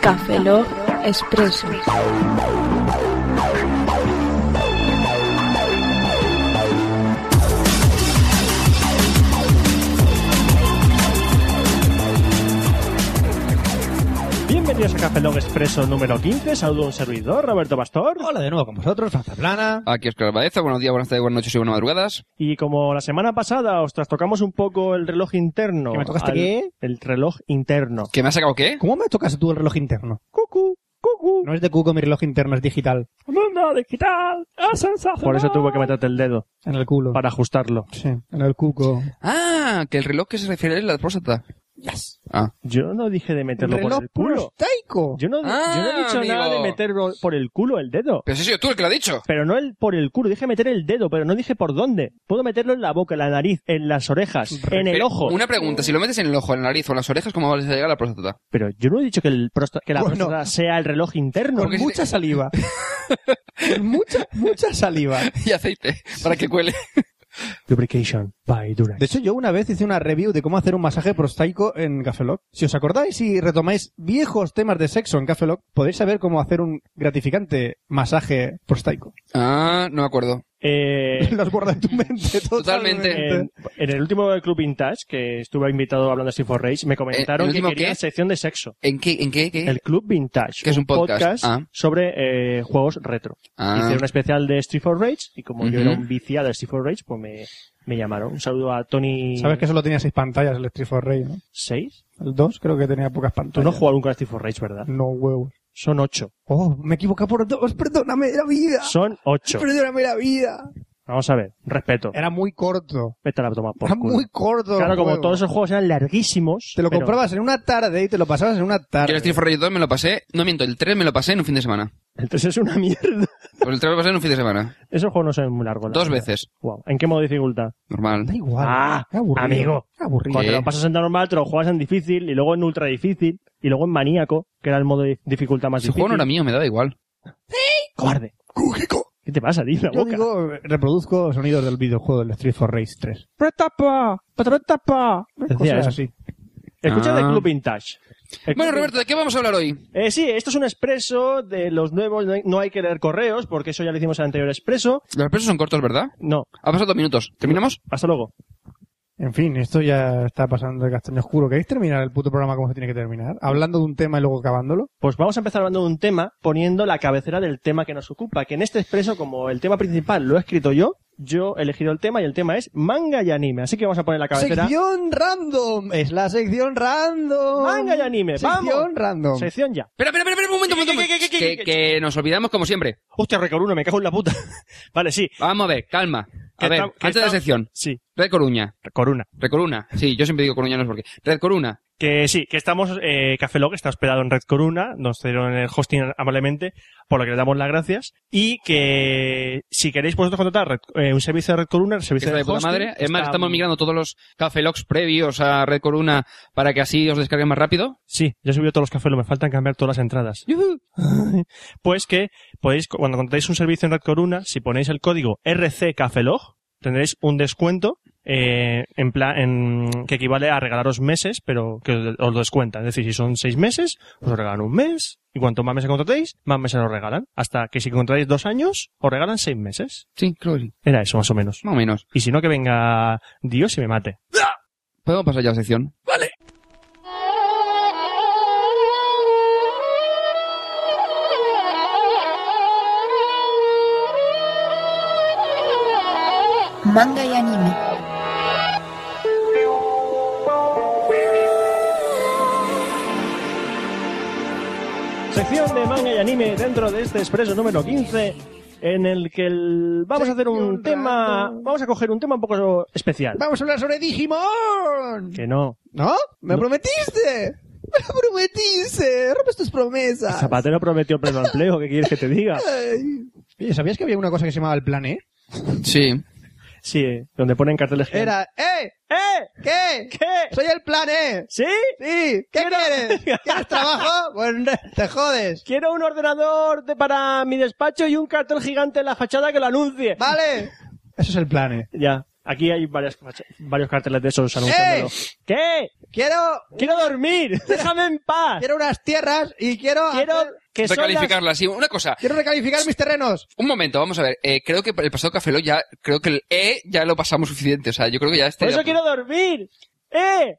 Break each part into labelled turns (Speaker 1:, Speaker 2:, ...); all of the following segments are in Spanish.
Speaker 1: Café Log Expreso.
Speaker 2: Bienvenidos a Café Log Expreso número 15. Saludo a un servidor, Roberto Pastor.
Speaker 3: Hola de nuevo con vosotros, Franza Plana.
Speaker 4: Aquí Oscar Baeza, buenos días, buenas tardes, buenas noches y buenas madrugadas.
Speaker 2: Y como la semana pasada os trastocamos un poco el reloj interno.
Speaker 3: ¿Que me tocaste
Speaker 2: al-
Speaker 3: qué?
Speaker 2: El reloj interno.
Speaker 4: ¿Que me has sacado qué?
Speaker 3: ¿Cómo me tocas tú el reloj interno?
Speaker 2: Cucu, cucu,
Speaker 3: No es de cuco, mi reloj interno es digital.
Speaker 2: mundo digital, es sensacional. Por eso tuve que meterte el dedo,
Speaker 3: En el culo.
Speaker 2: para ajustarlo.
Speaker 3: Sí, en el cuco.
Speaker 4: Ah, que el reloj que se refiere es la próstata.
Speaker 3: Yes.
Speaker 4: Ah,
Speaker 2: Yo no dije de
Speaker 3: El
Speaker 2: meterlo
Speaker 3: reloj
Speaker 2: por el culo.
Speaker 3: prostaico.
Speaker 2: Yo no, yo no he
Speaker 4: Ah,
Speaker 2: dicho nada de
Speaker 4: amigo.
Speaker 2: meterlo por el culo el dedo.
Speaker 4: pero sí, sí, tú el que lo has dicho.
Speaker 2: Pero no el por el culo, dije meter el dedo, pero no dije por dónde. Puedo meterlo en la boca, en la nariz, en las orejas, en el
Speaker 4: Pero,
Speaker 2: ojo.
Speaker 4: Una pregunta, si lo metes en el ojo, en la nariz o en las orejas, ¿cómo vas a llegar a la próstata?
Speaker 2: Pero yo no he dicho que, el prosta- que la
Speaker 3: Bueno.
Speaker 2: próstata sea el reloj interno.
Speaker 3: Con
Speaker 4: Porque si
Speaker 3: mucha saliva. Con mucha, mucha saliva.
Speaker 4: Y aceite, para que cuele.
Speaker 2: Lubrication by Durex.
Speaker 3: De hecho, yo una vez hice una review de cómo hacer un masaje prostaico en Cafeloc. Si os acordáis y retomáis viejos temas de sexo en Cafeloc, podéis saber cómo hacer un gratificante masaje prostaico.
Speaker 4: Ah, no me acuerdo.
Speaker 2: Eh,
Speaker 3: Los guardas en tu mente totalmente.
Speaker 4: Totalmente.
Speaker 2: en, en el último Club Vintage, que estuve invitado hablando así for Rage, me comentaron
Speaker 4: Eh, ¿El
Speaker 2: que
Speaker 4: último
Speaker 2: querían
Speaker 4: qué?
Speaker 2: sección de sexo.
Speaker 4: ¿En qué? ¿En qué? qué?
Speaker 2: El Club Vintage,
Speaker 4: Que es un podcast. Ah.
Speaker 2: sobre eh, juegos retro.
Speaker 4: Ah.
Speaker 2: Hice un especial de Street for Rage y como yo
Speaker 4: Ujú.
Speaker 2: era un viciado de Street for Rage, pues me, me llamaron. Un saludo a Tony
Speaker 3: Sabes que solo tenía seis pantallas el Street for Rage, ¿no?
Speaker 2: 6.
Speaker 3: El 2 creo que tenía pocas
Speaker 2: Tú
Speaker 3: pantallas.
Speaker 2: no has jugado nunca a Street for Rage, ¿verdad?
Speaker 3: No huevos.
Speaker 2: Son 8.
Speaker 3: Oh, me equivoqué por dos. Perdóname la vida.
Speaker 2: Son 8.
Speaker 3: Perdóname la vida.
Speaker 2: Vamos a ver, respeto.
Speaker 3: Era muy corto.
Speaker 2: Vete a la toma por
Speaker 3: Era
Speaker 2: culo.
Speaker 3: Eh, muy corto. el
Speaker 2: Claro, como
Speaker 3: juego.
Speaker 2: todos esos juegos eran larguísimos.
Speaker 3: Te lo
Speaker 2: pero-
Speaker 3: comprabas en una tarde y te lo pasabas en una
Speaker 4: Yo el
Speaker 3: tarde.
Speaker 4: Street for Rage 2 me lo pasé, no miento, el 3 me lo pasé en un fin de semana.
Speaker 2: Entonces es una mierda.
Speaker 4: Pues el 3 me lo pasé en un fin de semana.
Speaker 2: Esos juegos no son muy largos. la
Speaker 4: Dos
Speaker 2: verdad.
Speaker 4: veces.
Speaker 2: Guau. ¿En qué modo de dificultad?
Speaker 4: Normal.
Speaker 3: Da igual.
Speaker 2: Ah,
Speaker 3: Qué aburrido.
Speaker 2: amigo.
Speaker 3: Qué aburrido.
Speaker 2: Cuando te lo pasas en normal, te lo juegas en difícil, y luego en ultra difícil, y luego en maníaco, que era el modo de dificultad más
Speaker 4: Si el
Speaker 2: difícil.
Speaker 4: juego no era mío, me daba igual.
Speaker 2: Cobarde. ¿Qué te pasa, tío? La
Speaker 3: Yo
Speaker 2: boca.
Speaker 3: digo, reproduzco sonidos del videojuego del Street for Race 3.
Speaker 2: Decía
Speaker 3: Cosas
Speaker 2: eso.
Speaker 3: así.
Speaker 2: Escucha
Speaker 4: Ah.
Speaker 2: de Club Vintage. El
Speaker 4: Bueno,
Speaker 2: Club
Speaker 4: Roberto, ¿de qué vamos a hablar hoy?
Speaker 2: Eh, sí, esto es un expreso de los nuevos. No hay, no hay que leer correos, porque eso ya lo hicimos en el anterior expreso.
Speaker 4: Los presos son cortos, ¿verdad?
Speaker 2: No,
Speaker 4: Ha pasado dos minutos. ¿Terminamos?
Speaker 2: hasta luego.
Speaker 3: En fin, esto ya está pasando de castaño oscuro. ¿Queréis terminar el puto programa como se tiene que terminar? Hablando de un tema y luego acabándolo.
Speaker 2: Pues vamos a empezar hablando de un tema poniendo la cabecera del tema que nos ocupa, que en este expreso, como el tema principal lo he escrito yo, yo he elegido el tema y el tema es manga y anime. Así que vamos a poner la cabecera.
Speaker 3: Sección random. Es la sección random.
Speaker 2: Manga y anime,
Speaker 3: Sección
Speaker 2: vamos.
Speaker 3: random.
Speaker 2: Sección ya.
Speaker 4: Espera, espera, espera, espera, un momento, un momento.
Speaker 2: ¿Qué, qué, qué, qué, qué,
Speaker 4: Que, que nos olvidamos como siempre.
Speaker 2: Hostia, Recoruno, me cago en la puta. vale, sí.
Speaker 4: Vamos a ver, calma.
Speaker 2: Que
Speaker 4: A ver,
Speaker 2: tam- que
Speaker 4: antes de la
Speaker 2: tam-
Speaker 4: sección.
Speaker 2: Sí,
Speaker 4: Red Coruña.
Speaker 2: Recoruna.
Speaker 4: Red Coruna. Sí, yo siempre digo Coruña, no sé por qué. Red Coruna.
Speaker 2: Que sí, que estamos, eh, Café Log está hospedado en Red Coruna, nos dieron el hosting amablemente, por lo que le damos las gracias, y que si queréis vosotros contratar Red- eh, un servicio de Red Coruna, el servicio
Speaker 4: Está de puta
Speaker 2: hosting,
Speaker 4: madre. Es más,
Speaker 2: está-
Speaker 4: estamos migrando todos los Café Logs previos a Red Coruna para que así os descarguen más rápido.
Speaker 2: Sí, ya he subido todos los Café Log, me faltan cambiar todas las entradas.
Speaker 4: Yujú.
Speaker 2: Pues que podéis, cuando contratáis un servicio en Red Coruna, si ponéis el código RCCafelog, tendréis un descuento eh, en plan en- que equivale a regalaros meses, pero que os, os lo descuentan. Es decir, si son seis meses, os lo regalan un mes. Y cuanto más meses contratéis, más meses os regalan. Hasta que si contratáis dos años, os regalan seis meses.
Speaker 4: Sí, creo que sí.
Speaker 2: Era eso, más o menos.
Speaker 4: Más o menos.
Speaker 2: Y si no, que venga Dios y me mate.
Speaker 4: Podemos pasar ya a la sección.
Speaker 1: Manga y anime.
Speaker 2: Sección de manga y anime dentro de este expreso número 15 en el que el- vamos a hacer un
Speaker 3: Sección
Speaker 2: tema,
Speaker 3: random.
Speaker 2: vamos a coger un tema un poco especial.
Speaker 3: Vamos a hablar sobre Digimon.
Speaker 2: Que no,
Speaker 3: ¿No? ¿Me
Speaker 2: No.
Speaker 3: prometiste? ¡Me lo prometiste! ¡Rompes tus promesas!
Speaker 2: Zapatero prometió pleno empleo, ¿qué quieres que te diga?
Speaker 3: Ay. Oye, ¿sabías que había una cosa que se llamaba el plan E?
Speaker 4: Sí.
Speaker 2: Sí, eh, donde ponen carteles que-
Speaker 3: Era, ¡eh!
Speaker 2: ¡Eh!
Speaker 3: ¿Qué?
Speaker 2: ¿Qué?
Speaker 3: ¡Soy el plan E!
Speaker 2: ¿Sí?
Speaker 3: ¡Sí! ¿Qué quieres? ¿Quieres trabajo? Bueno, te jodes.
Speaker 2: Quiero un ordenador de- para mi despacho y un cartel gigante en la fachada que lo anuncie.
Speaker 3: ¡Vale! Eso es el plan E.
Speaker 2: Ya, Aquí hay varias, varios carteles de esos anunciándolo.
Speaker 3: ¡Eh!
Speaker 2: ¿Qué?
Speaker 3: Quiero,
Speaker 2: ¡Quiero dormir! ¡Déjame en paz!
Speaker 3: quiero unas tierras y quiero,
Speaker 2: Quiero
Speaker 3: hacer-
Speaker 2: que son las-
Speaker 4: Recalificarla, sí. Una cosa,
Speaker 3: quiero recalificar mis terrenos.
Speaker 4: un momento, vamos a ver. Eh, creo que el pasado Café Lock ya, creo que el E ya lo pasamos suficiente. O sea, yo creo que ya este...
Speaker 2: ¡Por eso
Speaker 4: ya-
Speaker 2: quiero dormir! ¡Eh!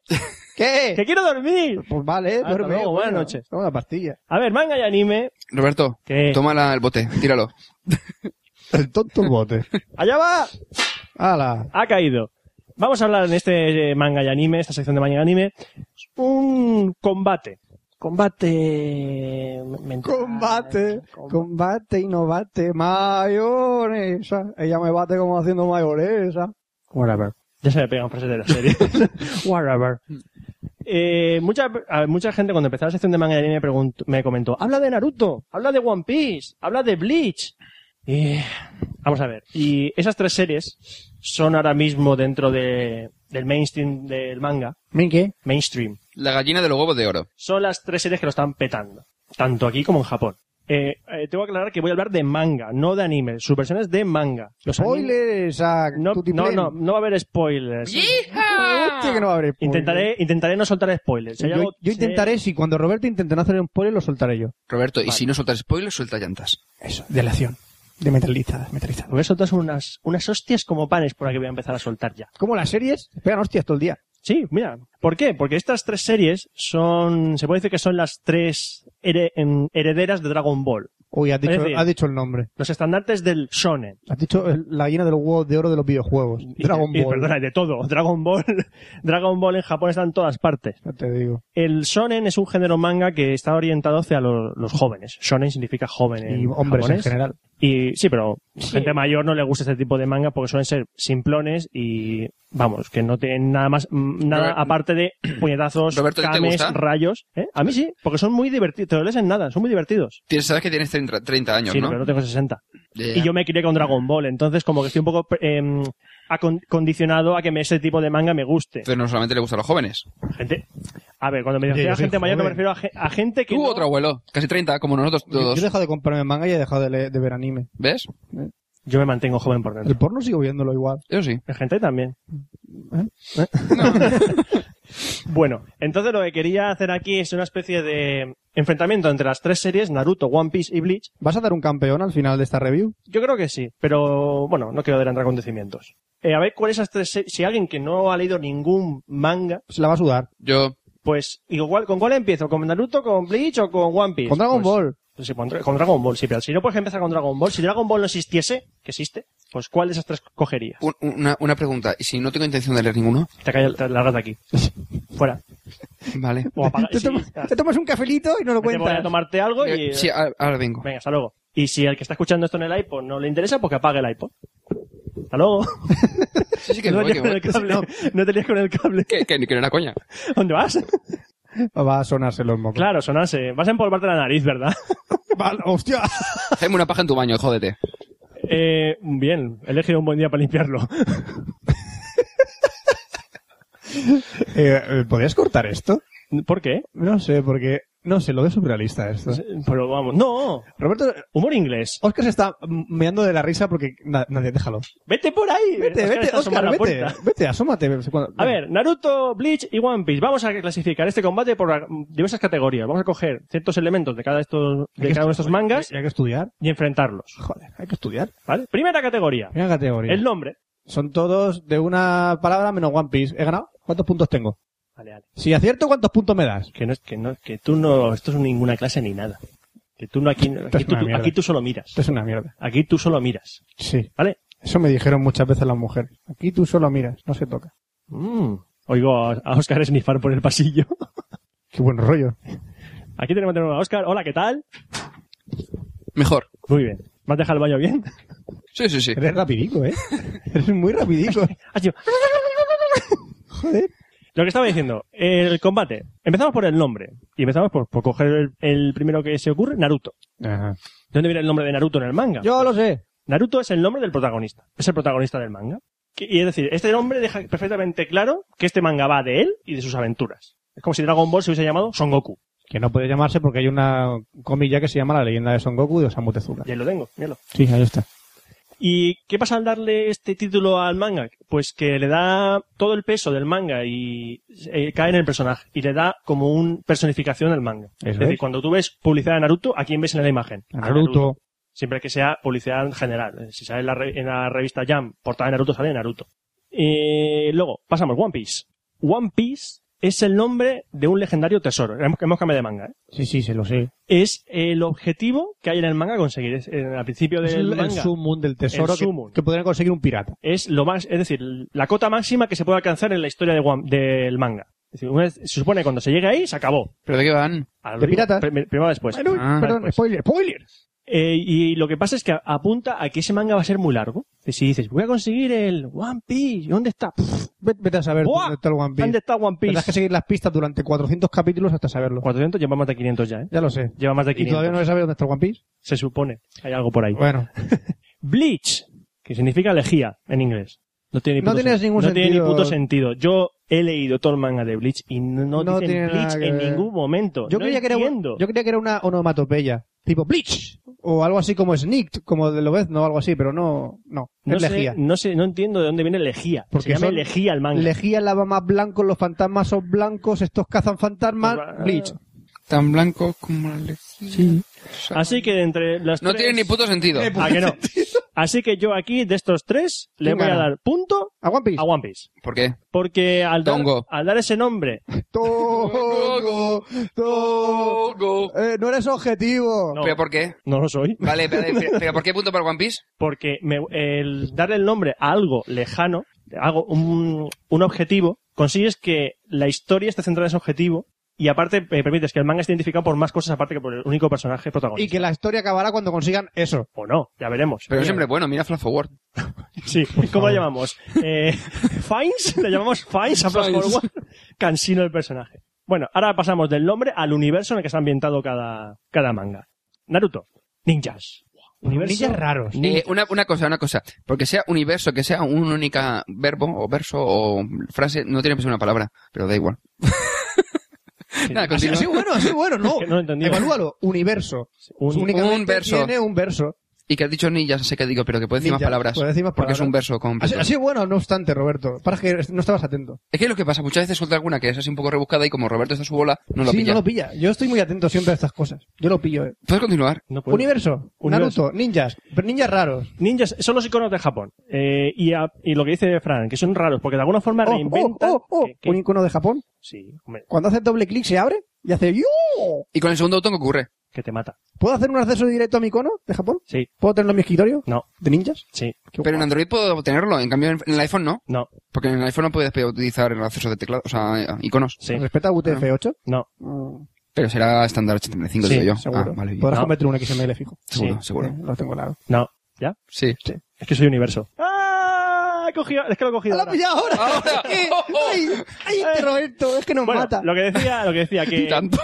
Speaker 2: ¡Que
Speaker 3: ¿Qué?
Speaker 2: quiero dormir!
Speaker 3: Pues vale,
Speaker 2: Hasta
Speaker 3: duerme.
Speaker 2: luego, buenas
Speaker 3: coño.
Speaker 2: noches.
Speaker 3: Toma la pastilla.
Speaker 2: A ver, manga y anime.
Speaker 4: Roberto,
Speaker 2: ¿Qué?
Speaker 4: toma la- el bote, tíralo.
Speaker 3: El tonto el bote.
Speaker 2: ¡Allá va!
Speaker 3: ¡Hala!
Speaker 2: ha caído. Vamos a hablar en este eh, manga y anime, esta sección de manga y anime, un combate. Combate mental. Ah,
Speaker 3: Combate, combate y no bate mayonesa. Ella me bate como haciendo mayonesa.
Speaker 2: Whatever. Ya se me pegan frases de la serie. Whatever. Eh, mucha, a ver, mucha gente cuando empezaba la sección de manga y anime me, preguntó- me comentó, habla de Naruto, habla de One Piece, habla de Bleach. Y, vamos a ver. Y esas tres series son ahora mismo dentro de, del mainstream del manga.
Speaker 3: ¿Min qué?
Speaker 2: Mainstream.
Speaker 4: La gallina de los huevos de oro.
Speaker 2: son las tres series que lo están petando, tanto aquí como en Japón. Eh, eh, tengo que aclarar que voy a hablar de manga, no de anime. Sus versiones de manga. Los anime-
Speaker 3: Spoilers a
Speaker 2: no,
Speaker 3: tutti
Speaker 2: no,
Speaker 3: pleni.
Speaker 2: no, no va a haber spoilers.
Speaker 3: Hostia, que no va a haber spoilers.
Speaker 2: Intentaré, intentaré no soltar spoilers. Si hay
Speaker 3: Yo,
Speaker 2: algo- si-
Speaker 3: yo intentaré, si cuando Roberto intente no hacer un spoiler, lo soltaré yo.
Speaker 4: Roberto, y
Speaker 2: Vale.
Speaker 4: si no sueltas spoilers, suelta llantas.
Speaker 3: Eso, de la acción. De metalizadas, metalizadas.
Speaker 2: Voy a soltar unas, unas hostias como panes por aquí voy a empezar a soltar ya.
Speaker 3: Como las series, se pegan hostias todo el día.
Speaker 2: Sí, mira. ¿Por qué? Porque estas tres series son, se puede decir que son las tres here- en- herederas de Dragon Ball.
Speaker 3: Uy, has dicho,
Speaker 2: Es decir-
Speaker 3: has dicho el nombre.
Speaker 2: Los estandartes del shonen.
Speaker 3: Has dicho el- la gallina de los huevos de oro de los videojuegos.
Speaker 2: Y-
Speaker 3: Dragon
Speaker 2: y-
Speaker 3: Ball.
Speaker 2: perdona, de todo. Dragon Ball, Dragon Ball en Japón está en todas partes.
Speaker 3: Ya te digo.
Speaker 2: El shonen es un género manga que está orientado hacia lo- los jóvenes. Shonen significa joven en
Speaker 3: Y hombres
Speaker 2: japonés.
Speaker 3: en general.
Speaker 2: Y sí, pero gente mayor no le gusta este tipo de manga porque suelen ser simplones y vamos, que no tienen nada más mm, nada
Speaker 4: Robert-
Speaker 2: aparte de puñetazos,
Speaker 4: Roberto, ¿a ti te
Speaker 2: cames,
Speaker 4: gusta?
Speaker 2: rayos. ¿Eh? A mí sí, porque son muy divertidos, te lo lees en nada, son muy divertidos.
Speaker 4: Tienes, sabes que tienes 30, 30 años,
Speaker 2: sí,
Speaker 4: ¿no?
Speaker 2: pero no tengo 60.
Speaker 4: Ya,
Speaker 2: Y
Speaker 4: ya.
Speaker 2: yo me crié con Dragon Ball, entonces como que estoy un poco em, acon- condicionado a que me- ese tipo de manga me guste.
Speaker 4: Pero no solamente le gusta a los jóvenes.
Speaker 2: Gente, a ver, cuando me
Speaker 3: Yo-
Speaker 2: refiero
Speaker 3: yo
Speaker 2: a
Speaker 3: soy
Speaker 2: gente mayor no me
Speaker 3: joven.
Speaker 2: refiero a, ge- a gente que
Speaker 4: Tú,
Speaker 2: no-
Speaker 4: otro abuelo, casi 30, como nosotros
Speaker 3: Yo,
Speaker 4: todos.
Speaker 3: yo he dejado de comprarme manga y he dejado de, le- de ver anime.
Speaker 4: ¿Ves?
Speaker 2: Yo me mantengo joven por dentro.
Speaker 3: El porno sigo viéndolo igual.
Speaker 4: Eso sí.
Speaker 2: El gente también. ¿Eh? bueno, entonces lo que quería hacer aquí es una especie de enfrentamiento entre las tres series, Naruto, One Piece y Bleach.
Speaker 3: ¿Vas a dar un campeón al final de esta review?
Speaker 2: Yo creo que sí, pero bueno, no quiero adelantar acontecimientos. Eh, a ver cuáles esas tres series, si alguien que no ha leído ningún manga,
Speaker 3: Se la va a sudar.
Speaker 4: Yo,
Speaker 2: pues igual, ¿con cuál empiezo? ¿Con Naruto, con Bleach o con One Piece?
Speaker 3: Con Dragon
Speaker 2: Pues-
Speaker 3: Ball.
Speaker 2: Pues sí, con, Dra- con Dragon Ball, sí, pero si no puedes empezar con Dragon Ball, si Dragon Ball no existiese, que existe, pues ¿cuál de esas tres cogerías?
Speaker 4: un- una, una pregunta. ¿Y si no tengo intención de leer ninguno?
Speaker 2: Te callas, te largas de aquí. Fuera.
Speaker 4: Vale.
Speaker 2: O apaga,
Speaker 3: Te,
Speaker 2: sí,
Speaker 3: tomas-
Speaker 2: ya.
Speaker 3: te tomas un cafelito y no lo
Speaker 2: Vete por ahí a
Speaker 3: cuentas.
Speaker 2: tomarte algo y...
Speaker 4: Eh, Sí, a- ahora vengo.
Speaker 2: Venga, hasta luego. Y si el que está escuchando esto en el iPod no le interesa, pues que apague el iPod. Hasta luego.
Speaker 4: Sí, sí, que
Speaker 2: no,
Speaker 4: voy, que
Speaker 2: tenías con
Speaker 4: voy.
Speaker 2: el cable. No, te lías con el cable.
Speaker 4: Que, que, que no era coña.
Speaker 2: ¿Dónde vas?
Speaker 3: Va a sonarse los mocos.
Speaker 2: Claro, sonase. Vas a empolvarte la nariz, ¿verdad?
Speaker 3: Vale, hostia.
Speaker 4: Hazme una paja en tu baño, jódete.
Speaker 2: Eh, bien, he elegido un buen día para limpiarlo.
Speaker 3: Eh, eh, ¿Podrías cortar esto?
Speaker 2: ¿Por qué?
Speaker 3: No sé, porque... No sé, lo veo surrealista esto.
Speaker 2: Pero vamos. No,
Speaker 3: Roberto,
Speaker 2: humor inglés.
Speaker 3: Oscar se está meando de la risa porque... na- nadie, déjalo.
Speaker 2: Vete por ahí.
Speaker 3: Vete,
Speaker 2: Oscar
Speaker 3: vete,
Speaker 2: está asomando a
Speaker 3: Oscar,
Speaker 2: la
Speaker 3: vete.
Speaker 2: puerta.
Speaker 3: Vete, asómate.
Speaker 2: A ver, Naruto, Bleach y One Piece. Vamos a clasificar este combate por diversas categorías. Vamos a coger ciertos elementos de cada, estos, de cada uno de estos mangas
Speaker 3: Hay que estudiar.
Speaker 2: y enfrentarlos.
Speaker 3: Joder, hay que estudiar.
Speaker 2: ¿Vale? Primera categoría.
Speaker 3: Mira categoría.
Speaker 2: El nombre.
Speaker 3: Son todos de una palabra menos One Piece. ¿He ganado? ¿Cuántos puntos tengo?
Speaker 2: Vale, vale.
Speaker 3: Si acierto, ¿cuántos puntos me das?
Speaker 2: Que no es que no, que tú no, esto es ninguna clase ni nada. Que tú no aquí, aquí,
Speaker 3: es
Speaker 2: tú,
Speaker 3: una mierda.
Speaker 2: aquí tú solo miras.
Speaker 3: Esto es una mierda.
Speaker 2: Aquí tú solo miras,
Speaker 3: Sí.
Speaker 2: ¿vale?
Speaker 3: Eso me dijeron muchas veces las mujeres. Aquí tú solo miras, no se toca.
Speaker 2: Mm. Oigo a, a Oscar esnifar por el pasillo.
Speaker 3: Qué buen rollo.
Speaker 2: Aquí tenemos de nuevo a Oscar. Hola, ¿qué tal?
Speaker 4: Mejor.
Speaker 2: Muy bien. ¿Me has dejado el baño bien?
Speaker 4: Sí, sí, sí.
Speaker 3: Eres rapidico, ¿eh? Eres muy rapidico.
Speaker 2: Has sido-
Speaker 3: Joder.
Speaker 2: Lo que estaba diciendo, el combate. Empezamos por el nombre. Y empezamos por, por coger el, el primero que se ocurre, Naruto. ¿De dónde viene el nombre de Naruto en el manga?
Speaker 3: Yo lo sé.
Speaker 2: Naruto es el nombre del protagonista. Es el protagonista del manga. Que- Y es decir, este nombre deja perfectamente claro que este manga va de él y de sus aventuras. Es como si Dragon Ball se hubiese llamado Son Goku.
Speaker 3: Que no puede llamarse porque hay una comilla que se llama La leyenda de Son Goku de Osamu Tezuka.
Speaker 2: Y ahí lo tengo, míralo.
Speaker 3: Sí, ahí está.
Speaker 2: ¿Y qué pasa al darle este título al manga? Pues que le da todo el peso del manga y eh, cae en el personaje y le da como una personificación al manga.
Speaker 3: Eso
Speaker 2: es decir,
Speaker 3: es.
Speaker 2: cuando tú ves publicidad de Naruto, ¿a quién ves en la imagen?
Speaker 3: A Naruto.
Speaker 2: Siempre que sea publicidad en general. Eh, Si sale en la, re- en la revista Jam, portada de Naruto, sale de Naruto. Eh, luego, pasamos, One Piece. One Piece es el nombre de un legendario tesoro. Hemos, hemos cambiado de manga, ¿eh?
Speaker 3: Sí, sí, se lo sé.
Speaker 2: Es el objetivo que hay en el manga a conseguir. Es, en- al principio del
Speaker 3: Es el, el
Speaker 2: manga
Speaker 3: summum del tesoro
Speaker 2: El
Speaker 3: que,
Speaker 2: summum.
Speaker 3: que podrían conseguir un pirata.
Speaker 2: es lo más, es decir, la cota máxima que se puede alcanzar en la historia de One- del manga. Es decir, una vez- se supone que cuando se llegue ahí, se acabó.
Speaker 4: ¿Pero de qué van?
Speaker 2: Al
Speaker 3: ¿De piratas?
Speaker 2: Primero después.
Speaker 3: Ay, uy,
Speaker 4: Ah,
Speaker 3: perdón,
Speaker 2: pues.
Speaker 3: spoiler, spoiler.
Speaker 2: Eh, y lo que pasa es que apunta a que ese manga va a ser muy largo. Si dices, voy a conseguir el One Piece, ¿y dónde está? Pff,
Speaker 3: Vete, vete a saber
Speaker 2: ¡Buah!
Speaker 3: dónde está el One
Speaker 2: ¿Dónde
Speaker 3: Piece.
Speaker 2: está One
Speaker 3: Tendrás que
Speaker 2: Piece?
Speaker 3: seguir las pistas durante 400 capítulos hasta saberlo.
Speaker 2: 400, lleva más de 500 ya, ¿eh?
Speaker 3: Ya lo sé.
Speaker 2: Lleva más de
Speaker 3: ¿Y todavía
Speaker 2: 500.
Speaker 3: no se sabe dónde está el One Piece?
Speaker 2: Se supone. Hay algo por ahí.
Speaker 3: Bueno,
Speaker 2: Bleach, que significa lejía en inglés. No tiene ni
Speaker 3: No
Speaker 2: puto
Speaker 3: tienes
Speaker 2: sen-
Speaker 3: ningún
Speaker 2: no tiene ni
Speaker 3: sentido.
Speaker 2: puto sentido. Yo he leído todo el manga de Bleach y no, no
Speaker 3: No
Speaker 2: dicen
Speaker 3: tiene nada
Speaker 2: Bleach
Speaker 3: que
Speaker 2: en
Speaker 3: ver.
Speaker 2: ningún momento.
Speaker 3: yo,
Speaker 2: no
Speaker 3: creía que era, un-
Speaker 2: entiendo.
Speaker 3: yo creía que era una onomatopeya. Tipo Bleach. O algo así como Sneaked, como de Lobezno o algo así, pero no, no.
Speaker 2: no
Speaker 3: es
Speaker 2: sé,
Speaker 3: lejía.
Speaker 2: no sé, no entiendo de dónde viene lejía.
Speaker 3: Porque
Speaker 2: Se llama
Speaker 3: son-
Speaker 2: lejía el manga.
Speaker 3: Lejía lava más blancos, los fantasmas son blancos, estos cazan fantasmas,
Speaker 2: Ah.
Speaker 3: Bleach.
Speaker 4: Tan blanco como la lejía. Sí.
Speaker 2: Así que de entre las
Speaker 4: No
Speaker 2: tres-
Speaker 4: tiene ni puto sentido.
Speaker 2: ¿A Ah, que no? Así que yo aquí, de estos tres, le
Speaker 3: ¿Quién
Speaker 2: voy
Speaker 3: gana?
Speaker 2: a dar punto
Speaker 3: A One Piece.
Speaker 2: a One Piece.
Speaker 4: ¿Por qué?
Speaker 2: Porque al dar,
Speaker 4: Tongo.
Speaker 2: al dar ese nombre,
Speaker 3: Togo, Togo. Eh, no eres objetivo.
Speaker 2: No.
Speaker 4: ¿Pero por qué?
Speaker 2: no lo soy,
Speaker 4: Vale, pero, pero- pero ¿por qué punto para One Piece?
Speaker 2: porque me- el darle el nombre a algo lejano, algo, un, un objetivo, consigues que la historia esté centrada en ese objetivo y aparte eh, permites que el manga esté identificado por más cosas aparte que por el único personaje protagonista.
Speaker 3: Y que la historia acabará cuando consigan eso.
Speaker 2: O no, ya veremos.
Speaker 4: Pero siempre bueno, mira Flash Forward.
Speaker 2: Sí, ¿cómo le llamamos? Eh, Fines, le llamamos Fines a Flash
Speaker 4: Fines.
Speaker 2: Forward. Cansino el personaje. Bueno, ahora pasamos del nombre al universo en el que está ambientado cada, cada manga. Naruto, ninjas. Universo
Speaker 3: Ninjas raros.
Speaker 4: Eh, una, una cosa, una cosa. Porque sea universo, que sea un único verbo o verso o frase, no tiene que ser una palabra, pero da igual. Nada,
Speaker 3: Así,
Speaker 4: continúa.
Speaker 3: así bueno, así bueno, no.
Speaker 2: Que no he entendido.
Speaker 3: Evalúalo. Universo.
Speaker 2: Un-
Speaker 3: Únicamente
Speaker 4: un verso.
Speaker 3: Tiene un verso.
Speaker 4: Y que has dicho ninja, sé que digo, pero que puede decir
Speaker 3: Ninja,
Speaker 4: más palabras.
Speaker 3: puede decir más
Speaker 4: porque
Speaker 3: palabras.
Speaker 4: es un verso
Speaker 3: Así,
Speaker 4: completo.
Speaker 3: así bueno, no obstante, Roberto. Para que no estabas atento.
Speaker 4: Es que es lo que pasa, muchas veces suelta alguna que es así un poco rebuscada y como Roberto está a su bola, no la
Speaker 3: sí,
Speaker 4: pilla.
Speaker 3: no lo pilla. Yo estoy muy atento siempre a estas cosas. Yo lo pillo. eh.
Speaker 4: ¿Puedes continuar?
Speaker 2: No puedo.
Speaker 3: Universo,
Speaker 2: Universo.
Speaker 3: Naruto, ninjas, pero ninjas raros.
Speaker 2: Ninjas son los iconos de Japón. Eh, y, a- y lo que dice Fran, que son raros, porque de alguna forma
Speaker 3: Oh,
Speaker 2: reinventan.
Speaker 3: oh, oh, oh.
Speaker 2: que- que-
Speaker 3: Un icono de Japón.
Speaker 2: sí, hombre,
Speaker 3: Cuando hace doble clic se abre y hace ¡Yo!
Speaker 4: Y con el segundo botón, ¿qué ocurre?
Speaker 2: que te mata.
Speaker 3: ¿Puedo hacer un acceso directo a mi icono de Japón?
Speaker 2: Sí,
Speaker 3: ¿Puedo tenerlo en mi escritorio?
Speaker 2: no,
Speaker 3: ¿De ninjas?
Speaker 2: sí,
Speaker 3: Qué
Speaker 4: Pero en
Speaker 3: guapo.
Speaker 4: Android puedo tenerlo, en cambio en en el iPhone no.
Speaker 2: no,
Speaker 4: Porque en el iPhone no puedes pe- utilizar el acceso de teclado, o sea, eh, iconos.
Speaker 2: sí,
Speaker 3: ¿Respeta UTF-8?
Speaker 2: no,
Speaker 4: Pero será estándar 85,
Speaker 2: Sí,
Speaker 4: digo yo.
Speaker 3: Mm, Seguro.
Speaker 4: Ah, vale. bien.
Speaker 3: Podrás
Speaker 2: No.
Speaker 3: convertir un XML fijo.
Speaker 4: Seguro,
Speaker 2: Sí.
Speaker 4: seguro.
Speaker 3: Eh, lo tengo claro.
Speaker 2: no. ¿Ya?
Speaker 4: Sí.
Speaker 2: Es que soy universo. ¡Ah! He cogido, es que lo he cogido.
Speaker 3: ¡La
Speaker 2: ahora.
Speaker 3: pillado ahora!
Speaker 4: Ahora.
Speaker 3: Eh, ¡Ay, ay, este Roberto! Es que nos
Speaker 2: Bueno,
Speaker 3: mata.
Speaker 2: lo que decía, lo que decía, que,
Speaker 4: Tanto.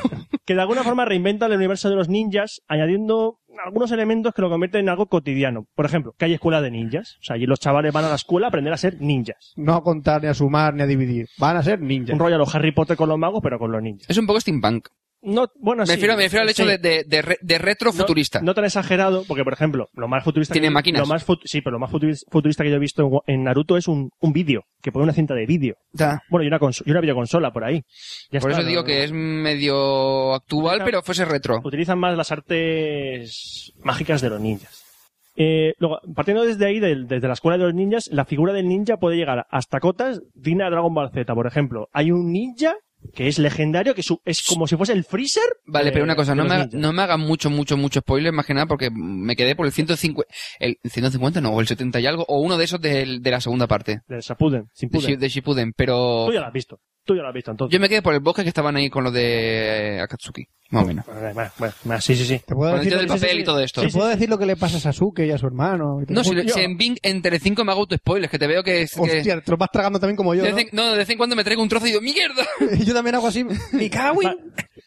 Speaker 2: que de alguna forma reinventan el universo de los ninjas, añadiendo algunos elementos que lo convierten en algo cotidiano. Por ejemplo, que hay escuela de ninjas. O sea, allí los chavales van a la escuela a aprender a ser ninjas.
Speaker 3: No a contar, ni a sumar, ni a dividir. Van a ser ninjas.
Speaker 2: Un rollo a los Harry Potter con los magos, pero con los ninjas.
Speaker 4: Es un poco steampunk.
Speaker 2: No, bueno,
Speaker 4: Me
Speaker 2: sí,
Speaker 4: refiero, me refiero al hecho
Speaker 2: sí.
Speaker 4: de, de, de, re- de retrofuturista.
Speaker 2: No, no tan exagerado, porque por ejemplo, lo más futurista.
Speaker 4: Tiene
Speaker 2: que-
Speaker 4: máquinas.
Speaker 2: Lo más fut- sí, pero lo más futuris- futurista que yo he visto en Wa- en Naruto es un, un vídeo, que pone una cinta de vídeo.
Speaker 4: Da.
Speaker 2: Bueno, y una, cons- y una videoconsola por ahí. Ya
Speaker 4: Por
Speaker 2: está,
Speaker 4: eso
Speaker 2: no-
Speaker 4: digo que es medio actual,
Speaker 2: Claro.
Speaker 4: pero fuese retro.
Speaker 2: utilizan más las artes mágicas de los ninjas. Eh, luego, partiendo desde ahí, del- desde la escuela de los ninjas, la figura del ninja puede llegar hasta cotas digna de Dragon Ball Z, por ejemplo. Hay un ninja que es legendario, que su- es como si fuese el Freezer.
Speaker 4: Vale,
Speaker 2: de-
Speaker 4: pero una cosa,
Speaker 2: de
Speaker 4: no
Speaker 2: los
Speaker 4: me, haga-
Speaker 2: ninjas.
Speaker 4: no me hagan mucho, mucho, mucho spoiler, más que nada, porque me quedé por el 150, el 150 no, o el 70 y algo, o uno de esos del- de, la segunda parte,
Speaker 2: De Sapuden, sin
Speaker 4: de,
Speaker 2: puden.
Speaker 4: Shi- de Shippuden, pero
Speaker 2: Tú ya lo has visto. Tú ya lo has visto, entonces.
Speaker 4: yo me quedé por el bosque que estaban ahí con lo de Akatsuki, más o menos.
Speaker 2: Bueno, bueno, bueno, bueno, sí, sí, sí.
Speaker 3: ¿Te puedo,
Speaker 4: Con el
Speaker 3: decir
Speaker 4: tío
Speaker 3: lo,
Speaker 4: del
Speaker 3: que-
Speaker 4: papel y todo esto.
Speaker 3: ¿Te puedo decir lo que le pasa a Sasuke y a su hermano? Y todo?
Speaker 4: No, si,
Speaker 2: Pues Yo-
Speaker 4: si en Bing, en Telecinco me hago spoilers, que te veo que... es- que-
Speaker 3: Hostia, te lo vas tragando también como yo.
Speaker 4: de
Speaker 3: ¿no?
Speaker 4: vez en- no, de vez en cuando me traigo un trozo y digo, ¡mierda!
Speaker 3: yo también hago así. ¡Mi cagüín!
Speaker 2: Va-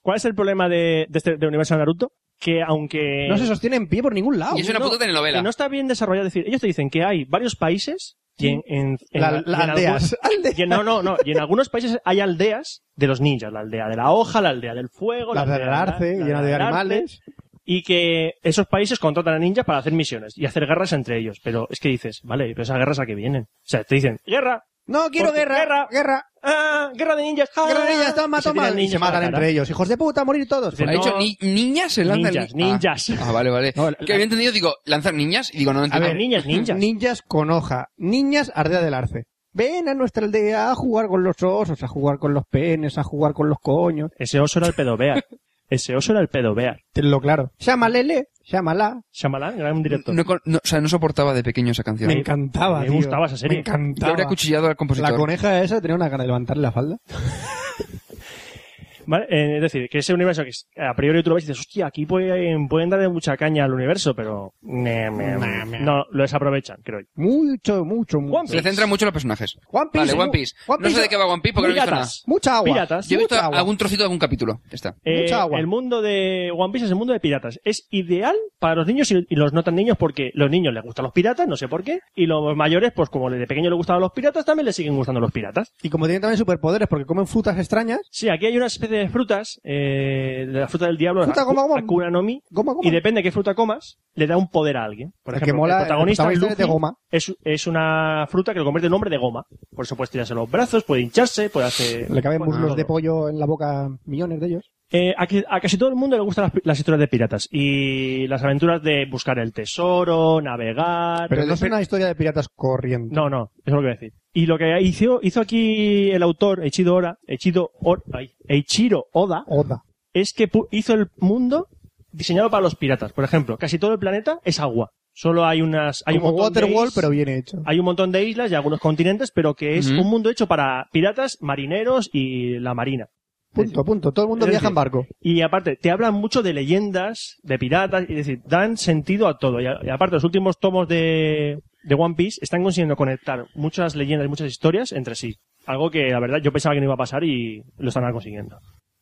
Speaker 2: ¿Cuál es el problema de, de este, de Universo de Naruto? Que aunque...
Speaker 3: No se sostiene en pie por ningún lado.
Speaker 4: Y es una
Speaker 2: Ah, no,
Speaker 4: puta telenovela.
Speaker 2: que no está bien desarrollado. Es decir, ellos te dicen que hay varios países y en, en- en-
Speaker 3: La-
Speaker 2: y
Speaker 3: la-
Speaker 2: en
Speaker 3: aldeas.
Speaker 2: algún- y en- no, no, no. Y en algunos países hay aldeas de los ninjas. La aldea de la hoja, la aldea del fuego,
Speaker 3: La
Speaker 2: la,
Speaker 3: del
Speaker 2: aldea
Speaker 3: arce,
Speaker 2: la
Speaker 3: llena de
Speaker 2: del arce.
Speaker 3: animales.
Speaker 2: y que esos países contratan a ninjas para hacer misiones y hacer guerras entre ellos. Pero es que dices, vale, pero esas guerras a qué vienen. O sea, te dicen, guerra,
Speaker 3: No, quiero
Speaker 2: Porque-
Speaker 3: guerra,
Speaker 2: guerra.
Speaker 3: guerra,
Speaker 2: ah, guerra de ninjas, ah".
Speaker 3: guerra de ninjas, toma,
Speaker 2: Y se
Speaker 3: toma.
Speaker 2: tiran
Speaker 3: Y se
Speaker 2: ninjas a la
Speaker 3: matan
Speaker 2: cara.
Speaker 3: entre ellos. Hijos de puta, morir todos.
Speaker 2: Dicen,
Speaker 4: ¿Ha
Speaker 2: no,
Speaker 4: dicho ni- niñas se lanzan
Speaker 2: ninjas,
Speaker 4: ni- Ah.
Speaker 2: ninjas.
Speaker 4: Ah, vale, vale.
Speaker 3: No, la-
Speaker 4: que había entendido, digo, lanzar niñas y digo, no, no
Speaker 2: A
Speaker 4: entiendo.
Speaker 2: ver, niñas, ninjas.
Speaker 3: Ninjas con hoja. Niñas ardea del arce. Ven a nuestra aldea a jugar con los osos, a jugar con los penes, a jugar con los coños.
Speaker 2: Ese oso era el pedobear. Ese oso era el pedobear.
Speaker 3: Tenlo claro. Llámalele, llámala.
Speaker 2: Shyamalan era un director.
Speaker 4: No con- no, o sea, no soportaba de pequeño esa canción.
Speaker 3: Me encantaba,
Speaker 2: me
Speaker 3: tío.
Speaker 2: gustaba esa serie.
Speaker 3: Me
Speaker 4: Le
Speaker 3: encantaba.
Speaker 4: habría cuchillado al compositor.
Speaker 3: La coneja esa tenía una gana de levantarle la falda.
Speaker 2: ¿Vale? Eh, es decir, que ese universo que es- a priori tú lo ves y dices, hostia, aquí pueden, pueden darle mucha caña al universo, pero... ne, me-
Speaker 3: Nah, me-
Speaker 2: no, lo desaprovechan, creo yo.
Speaker 3: Mucho, mucho, mucho.
Speaker 2: One
Speaker 4: Se le centra mucho en los personajes.
Speaker 3: One Piece,
Speaker 4: Vale, One
Speaker 3: mu-
Speaker 4: Piece.
Speaker 3: One
Speaker 4: No sé
Speaker 3: Piece-
Speaker 4: de qué va One Piece porque no he visto nada.
Speaker 2: Piratas.
Speaker 3: Mucha agua.
Speaker 2: Piratas.
Speaker 4: Yo he visto
Speaker 3: Mucha agua.
Speaker 4: algún trocito de algún capítulo. Ya está.
Speaker 2: Eh,
Speaker 3: Mucha agua.
Speaker 2: El mundo de One Piece es el mundo de piratas. Es ideal para los niños y y los no tan niños porque los niños les gustan los piratas, no sé por qué, y los mayores, pues como de pequeño les gustaban los piratas, también les siguen gustando los piratas.
Speaker 3: Y como tienen también superpoderes porque comen frutas extrañas,
Speaker 2: Sí, aquí hay una especie de frutas, eh, de la fruta del diablo,
Speaker 3: Fruta
Speaker 2: la
Speaker 3: goma,
Speaker 2: aku-
Speaker 3: goma.
Speaker 2: Akuna no Mi,
Speaker 3: goma, goma.
Speaker 2: y depende de qué fruta comas, le da un poder a alguien. Por
Speaker 3: El que
Speaker 2: ejemplo,
Speaker 3: mola- eh,
Speaker 2: el protagonista,
Speaker 3: el protagonista es de
Speaker 2: Luffy,
Speaker 3: goma.
Speaker 2: Es, es una fruta que lo convierte en un hombre de goma. Por eso puedes tirarse los brazos, puede hincharse, puede hacer...
Speaker 3: Le caben
Speaker 2: bueno,
Speaker 3: muslos
Speaker 2: todo.
Speaker 3: de pollo en la boca millones de ellos.
Speaker 2: Eh, a, que- a casi todo el mundo le gustan las, pi- las historias de piratas y las aventuras de buscar el tesoro, navegar...
Speaker 3: Pero,
Speaker 4: Pero
Speaker 3: no
Speaker 4: de-
Speaker 3: es una historia de piratas corriente.
Speaker 2: No, no, eso es lo que voy a decir. Y lo que hizo, hizo aquí el autor, Eichiro Oda, Eichiro, Or- ay, Eiichiro Oda,
Speaker 3: Oda.
Speaker 2: es que pu- hizo el mundo diseñado para los piratas. Por ejemplo, casi todo el planeta es agua. Solo hay unas... Hay
Speaker 3: Como
Speaker 2: un montón de
Speaker 3: Waterworld,
Speaker 2: is-
Speaker 3: pero bien hecho.
Speaker 2: Hay un montón de islas y algunos continentes, pero que es
Speaker 4: Ujú.
Speaker 2: un mundo hecho para piratas, marineros y la marina.
Speaker 3: Punto, punto. Todo el mundo
Speaker 2: Es
Speaker 3: viaja
Speaker 2: decir,
Speaker 3: en barco.
Speaker 2: Y aparte, te hablan mucho de leyendas, de piratas, y es decir, dan sentido a todo. Y, a- y aparte, los últimos tomos de, de One Piece están consiguiendo conectar muchas leyendas y muchas historias entre sí. Algo que, la verdad, yo pensaba que no iba a pasar y lo están consiguiendo.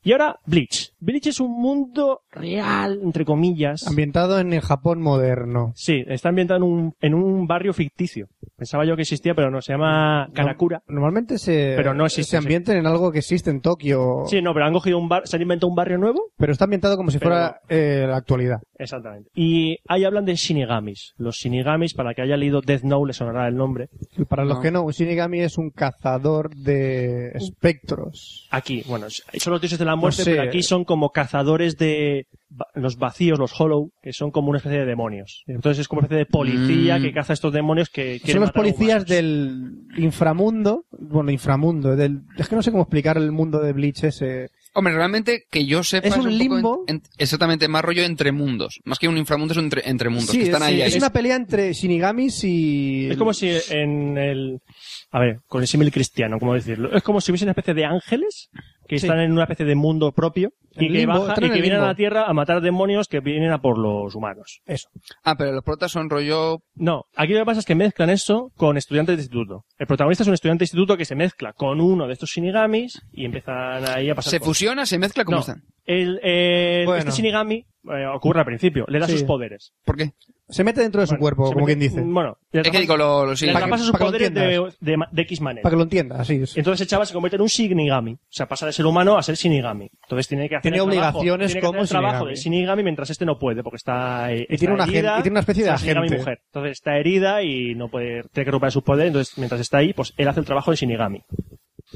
Speaker 2: Y ahora, Bleach. Bleach es un mundo real, entre comillas.
Speaker 3: Ambientado en el Japón moderno.
Speaker 2: Sí, está ambientado en un, en un barrio ficticio. Pensaba yo que existía, pero no, se llama Karakura.
Speaker 3: Normalmente se,
Speaker 2: Pero no existe,
Speaker 3: se ambientan en algo que existe en Tokio,
Speaker 2: Sí, no, pero han cogido un bar, se han inventado un barrio nuevo
Speaker 3: pero está ambientado como si
Speaker 2: Pero-
Speaker 3: fuera eh, la actualidad.
Speaker 2: Exactamente. Y ahí hablan de shinigamis. Los shinigamis, para que haya leído Death Note, le sonará el nombre.
Speaker 3: Y Para los
Speaker 4: No.
Speaker 3: que no, un Shinigami es un cazador de espectros.
Speaker 2: Aquí, bueno, son los dioses de la muerte,
Speaker 3: No sé.
Speaker 2: pero aquí son como cazadores de va- los vacíos, los hollow, que son como una especie de demonios. Entonces es como una especie de policía
Speaker 4: Mm.
Speaker 2: que caza a estos demonios que quieren
Speaker 3: Son los
Speaker 2: matar a
Speaker 3: policías
Speaker 2: humanos.
Speaker 3: del inframundo, bueno, inframundo, del, es que no sé cómo explicar el mundo de Bleach ese.
Speaker 4: Hombre, realmente que yo sepa.
Speaker 3: Es un
Speaker 4: poco
Speaker 3: limbo.
Speaker 4: en- en- exactamente, más rollo entre mundos. Más que un inframundo es un entre, entre mundos.
Speaker 3: Sí,
Speaker 4: que están
Speaker 3: es,
Speaker 4: ahí,
Speaker 3: es
Speaker 4: ahí.
Speaker 3: una pelea entre Shinigamis y...
Speaker 2: Es como si en el... A ver, con el símil cristiano, ¿cómo decirlo? Es como si hubiese una especie de ángeles que
Speaker 3: Sí.
Speaker 2: están en una especie de mundo propio y
Speaker 3: En
Speaker 2: que,
Speaker 3: limbo,
Speaker 2: baja-
Speaker 3: están
Speaker 2: y
Speaker 3: en
Speaker 2: que
Speaker 3: el
Speaker 2: vienen a
Speaker 3: limbo.
Speaker 2: la Tierra a matar demonios que vienen a por los humanos.
Speaker 3: Eso.
Speaker 4: Ah, pero los protas son rollo.
Speaker 2: No, aquí lo que pasa es que mezclan eso con estudiantes de instituto. El protagonista es un estudiante de instituto que se mezcla con uno de estos shinigamis y empiezan ahí a pasar
Speaker 4: Se
Speaker 2: cosas.
Speaker 4: fusiona, se mezcla, ¿cómo
Speaker 2: No.
Speaker 4: están?
Speaker 2: El, el-
Speaker 3: Bueno.
Speaker 2: Este shinigami eh, ocurre al principio, le da
Speaker 3: Sí.
Speaker 2: sus poderes.
Speaker 4: ¿Por qué?
Speaker 3: Se mete dentro de su
Speaker 2: Bueno,
Speaker 3: cuerpo,
Speaker 2: se
Speaker 3: como
Speaker 2: mete-
Speaker 3: quien dice.
Speaker 2: Bueno, le
Speaker 4: Es que
Speaker 2: traspasa-
Speaker 4: digo, los
Speaker 2: le
Speaker 3: Para que-
Speaker 2: traspasa sus
Speaker 3: para que lo
Speaker 2: poderes de, de ma- de X manera.
Speaker 3: Para que lo entienda, así es.
Speaker 2: Entonces el chaval se convierte en un shinigami. O sea, pasa de ser humano a ser shinigami. Entonces tiene que hacer
Speaker 3: Tiene
Speaker 2: el trabajo-
Speaker 3: obligaciones
Speaker 2: tiene que hacer
Speaker 3: como
Speaker 2: el trabajo
Speaker 3: shinigami.
Speaker 2: de shinigami mientras este no puede, porque está, eh,
Speaker 3: Y
Speaker 2: está
Speaker 3: tiene una gen-
Speaker 2: herida,
Speaker 3: y tiene una especie de
Speaker 2: es shinigami
Speaker 3: agente.
Speaker 2: mujer. Entonces está herida y no puede, tiene que recuperar sus poderes. Entonces mientras está ahí, pues él hace el trabajo de shinigami.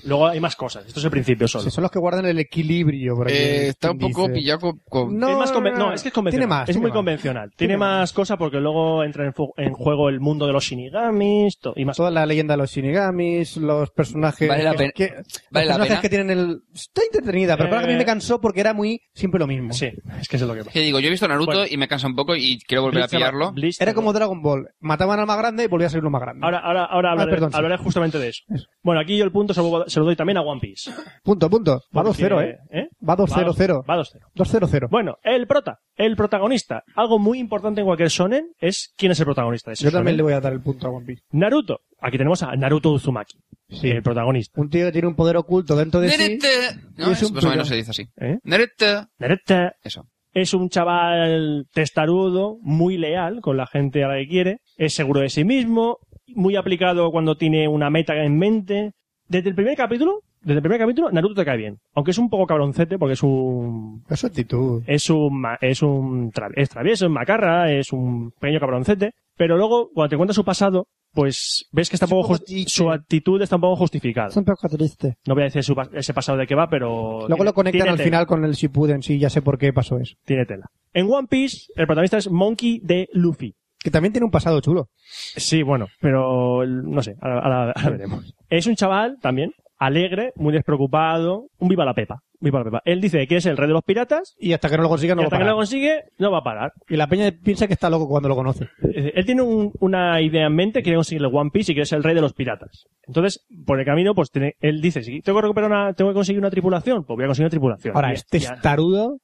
Speaker 2: Luego hay más cosas. Esto es el principio solo.
Speaker 3: Sí, son los que guardan el equilibrio. por aquí,
Speaker 4: Eh, está un
Speaker 3: quien
Speaker 4: poco
Speaker 3: dice.
Speaker 4: pillado con. con-
Speaker 3: No,
Speaker 2: es más conven-
Speaker 3: no, no.
Speaker 2: no, es que es convencional.
Speaker 3: Tiene más,
Speaker 2: es
Speaker 3: tiene
Speaker 2: muy
Speaker 3: más.
Speaker 2: convencional. Tiene,
Speaker 3: Tiene
Speaker 2: más,
Speaker 3: más.
Speaker 2: cosas porque luego entra en, fu- en juego el mundo de los shinigamis to- y más.
Speaker 3: Toda la leyenda de los shinigamis, los personajes.
Speaker 4: Vale la
Speaker 3: que-
Speaker 4: pena-
Speaker 3: que-
Speaker 4: vale la
Speaker 3: los personajes
Speaker 4: pena.
Speaker 3: que tienen el. Está entretenida, pero para que a mí
Speaker 2: Eh.
Speaker 3: me cansó porque era muy. Siempre lo mismo.
Speaker 2: Sí, es que eso es lo que pasa.
Speaker 4: Que digo, yo he visto Naruto
Speaker 2: Bueno.
Speaker 4: y me cansa un poco y quiero volver a
Speaker 2: Bleach-
Speaker 4: pillarlo.
Speaker 2: Bleach-
Speaker 3: Era como Dragon Ball. Mataban al más grande y volvía a salir uno más grande.
Speaker 2: Ahora, ahora, ahora hablaré,
Speaker 3: Ah, perdón, sí.
Speaker 2: hablaré justamente de eso.
Speaker 3: Eso.
Speaker 2: Bueno, aquí yo el punto se lo, se lo doy también a One Piece.
Speaker 3: punto, punto. Va
Speaker 2: Porque-
Speaker 3: 2-0, ¿eh? Va 2-0-0.
Speaker 2: Va 2-0.
Speaker 3: 2-0-0.
Speaker 2: Bueno, el prota, el protagonista. Algo muy importante en cualquier shonen es quién es el protagonista de ese
Speaker 3: Yo también le
Speaker 2: shonen.
Speaker 3: voy a dar el punto a One Piece.
Speaker 2: Naruto. Aquí tenemos a Naruto Uzumaki,
Speaker 3: Sí.
Speaker 2: el protagonista.
Speaker 3: Un tío que tiene un poder oculto dentro de sí.
Speaker 4: Nerete. No,
Speaker 3: Y
Speaker 4: es,
Speaker 3: es un
Speaker 4: más o menos
Speaker 3: puto.
Speaker 4: se dice así.
Speaker 2: ¿Eh?
Speaker 4: Nerete.
Speaker 2: Naruto
Speaker 4: Eso.
Speaker 2: es un chaval testarudo, muy leal con la gente a la que quiere, es seguro de sí mismo, muy aplicado cuando tiene una meta en mente. Desde el primer capítulo desde el primer capítulo, Naruto te cae bien. Aunque es un poco cabroncete porque es un,
Speaker 3: Es su actitud.
Speaker 2: es un, ma- es un tra- es travieso, es macarra, es un pequeño cabroncete, pero luego cuando te cuenta su pasado, pues ves que está
Speaker 3: Es un
Speaker 2: poco
Speaker 3: poco
Speaker 2: jus-
Speaker 3: triste.
Speaker 2: su actitud está un poco justificada.
Speaker 3: Es un poco triste.
Speaker 2: No voy a decir su pas- ese pasado de qué va, pero
Speaker 3: Luego lo
Speaker 2: tiene-
Speaker 3: conectan
Speaker 2: tiene
Speaker 3: al
Speaker 2: tela,
Speaker 3: final con el Shippuden, sí, ya sé por qué pasó eso.
Speaker 2: Tiene tela. En One Piece, el protagonista es Monkey de Luffy.
Speaker 3: Que también tiene un pasado chulo.
Speaker 2: Sí, bueno, pero el- no sé, ahora, ahora- ahora veremos. Es un chaval también, alegre, muy despreocupado, un viva la pepa. Viva la pepa. Él dice que quiere ser el rey de los piratas
Speaker 3: Y hasta que no lo consiga
Speaker 2: y
Speaker 3: no lo
Speaker 2: hasta que no lo consigue, no va a parar.
Speaker 3: Y la peña piensa que está loco cuando lo conoce.
Speaker 2: Eh, Él tiene un- una idea en mente, quiere conseguir el One Piece y quiere ser el rey de los piratas. Entonces, por el camino, pues tiene- él dice, si tengo que recuperar una, tengo que conseguir una tripulación, pues voy a conseguir una tripulación.
Speaker 3: Ahora,
Speaker 2: Y-
Speaker 3: este
Speaker 2: y-
Speaker 3: es tarudo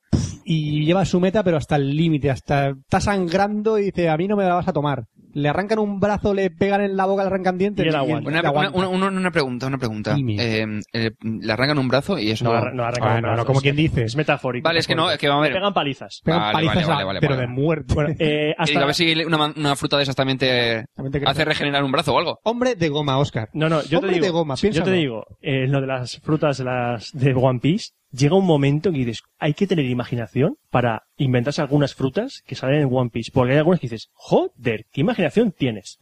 Speaker 3: y lleva su meta, pero hasta el límite, hasta está sangrando y dice, a mí no me la vas a tomar. Le arrancan un brazo, le pegan en la boca, le arrancan dientes
Speaker 2: Y él
Speaker 3: él
Speaker 2: aguanta.
Speaker 4: Una,
Speaker 3: le
Speaker 4: una,
Speaker 3: aguanta.
Speaker 4: una- una- una pregunta, una pregunta.
Speaker 3: Dime.
Speaker 4: Eh, eh, le arrancan un brazo y eso...
Speaker 2: no, arra- no arranca
Speaker 3: Ah,
Speaker 2: los
Speaker 3: no,
Speaker 2: brazos.
Speaker 3: no, como quien dice.
Speaker 2: Es metafórico.
Speaker 4: Vale, es que no, es que vamos a
Speaker 2: Le
Speaker 4: ver.
Speaker 2: pegan palizas.
Speaker 3: Pegan
Speaker 4: Vale,
Speaker 3: palizas
Speaker 4: vale,
Speaker 3: a-
Speaker 4: vale, vale,
Speaker 3: pero
Speaker 4: vale.
Speaker 3: de muerte.
Speaker 2: Bueno, eh,
Speaker 4: Y digo, a
Speaker 2: hasta...
Speaker 4: ver si le- una, una fruta de esas también te
Speaker 3: También te creo.
Speaker 4: hace regenerar un brazo o algo.
Speaker 3: Hombre de goma, Oscar.
Speaker 2: No, no, yo te
Speaker 3: Hombre
Speaker 2: digo,
Speaker 3: de goma,
Speaker 2: yo te
Speaker 3: piénsalo.
Speaker 2: digo, eh, lo de las frutas las de One Piece, llega un momento que dices, hay que tener imaginación para inventarse algunas frutas que salen en One Piece, porque hay algunas que dices, joder, qué imaginación tienes.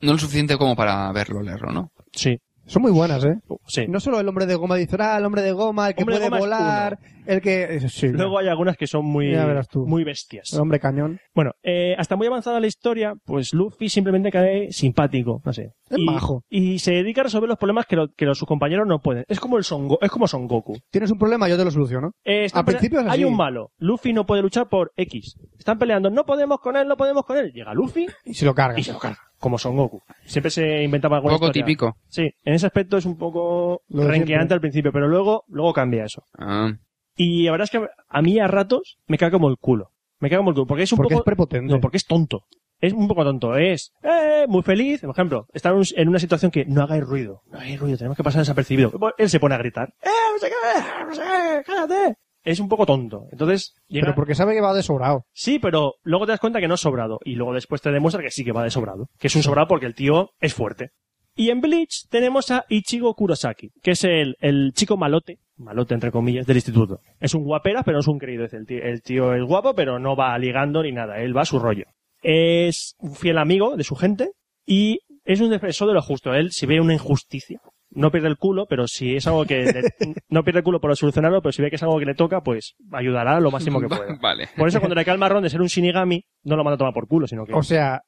Speaker 4: No lo suficiente como para verlo, leerlo, ¿no?
Speaker 2: Sí,
Speaker 3: Son muy buenas, ¿eh?
Speaker 2: Uh, sí.
Speaker 3: No solo el hombre de goma dice, ah, el hombre de goma, el que
Speaker 2: Hombre de
Speaker 3: puede
Speaker 2: goma es
Speaker 3: volar, el que... eh, sí,
Speaker 2: Luego hay algunas que son muy,
Speaker 3: Ya verás tú.
Speaker 2: muy bestias.
Speaker 3: el hombre cañón.
Speaker 2: Bueno, eh, hasta muy avanzada la historia, pues Luffy simplemente cae simpático, no sé.
Speaker 3: Es
Speaker 2: y,
Speaker 3: majo.
Speaker 2: Y se dedica a resolver los problemas que, lo- que los- sus compañeros no pueden. Es como el Son, Go- es como Son Goku.
Speaker 3: ¿Tienes un problema? Yo te lo soluciono.
Speaker 2: Eh, están
Speaker 3: Al principio es
Speaker 2: Hay
Speaker 3: así.
Speaker 2: un malo. Luffy no puede luchar por X. Están peleando. No podemos con él, no podemos con él. Llega Luffy
Speaker 3: Y se lo carga.
Speaker 2: y se lo carga. Como Son Goku. Siempre se inventaba algo.
Speaker 4: Poco típico.
Speaker 2: Sí, en ese aspecto es un poco
Speaker 3: Lo de
Speaker 2: renqueante
Speaker 3: siempre.
Speaker 2: al principio, pero luego, luego cambia eso.
Speaker 4: Ah.
Speaker 2: Y la verdad es que a mí a ratos me cae como el culo. Me cae como el culo. Porque es un
Speaker 3: Porque
Speaker 2: poco.
Speaker 3: es prepotente.
Speaker 2: No, porque es tonto. Es un poco tonto. Es eh, muy feliz. Por ejemplo, está en un- en una situación que no hagáis ruido. No hagáis ruido, tenemos que pasar desapercibido. Pues Él se pone a gritar. ¡Eh, no sé qué! ¡No sé qué! ¡Cállate! Es un poco tonto. Entonces, llega...
Speaker 3: Pero porque sabe que va de sobrado.
Speaker 2: Sí, pero luego te das cuenta que no es sobrado. Y luego después te demuestra que sí que va de sobrado. Que es un sobrado porque el tío es fuerte. Y en Bleach tenemos a Ichigo Kurosaki, que es el, el chico malote, malote entre comillas, del instituto. Es un guaperas, pero no es un querido. Es el, tío, el tío es guapo, pero no va ligando ni nada. Él va a su rollo. Es un fiel amigo de su gente y es un defensor de lo justo. Él, si ve una injusticia, no pierde el culo, pero si es algo que... le- no pierde el culo por solucionarlo, pero si ve que es algo que le toca, pues ayudará lo máximo que pueda.
Speaker 4: Vale.
Speaker 2: Por eso cuando le cae el marrón de ser un Shinigami, no lo manda a tomar por culo, sino que...
Speaker 3: O sea,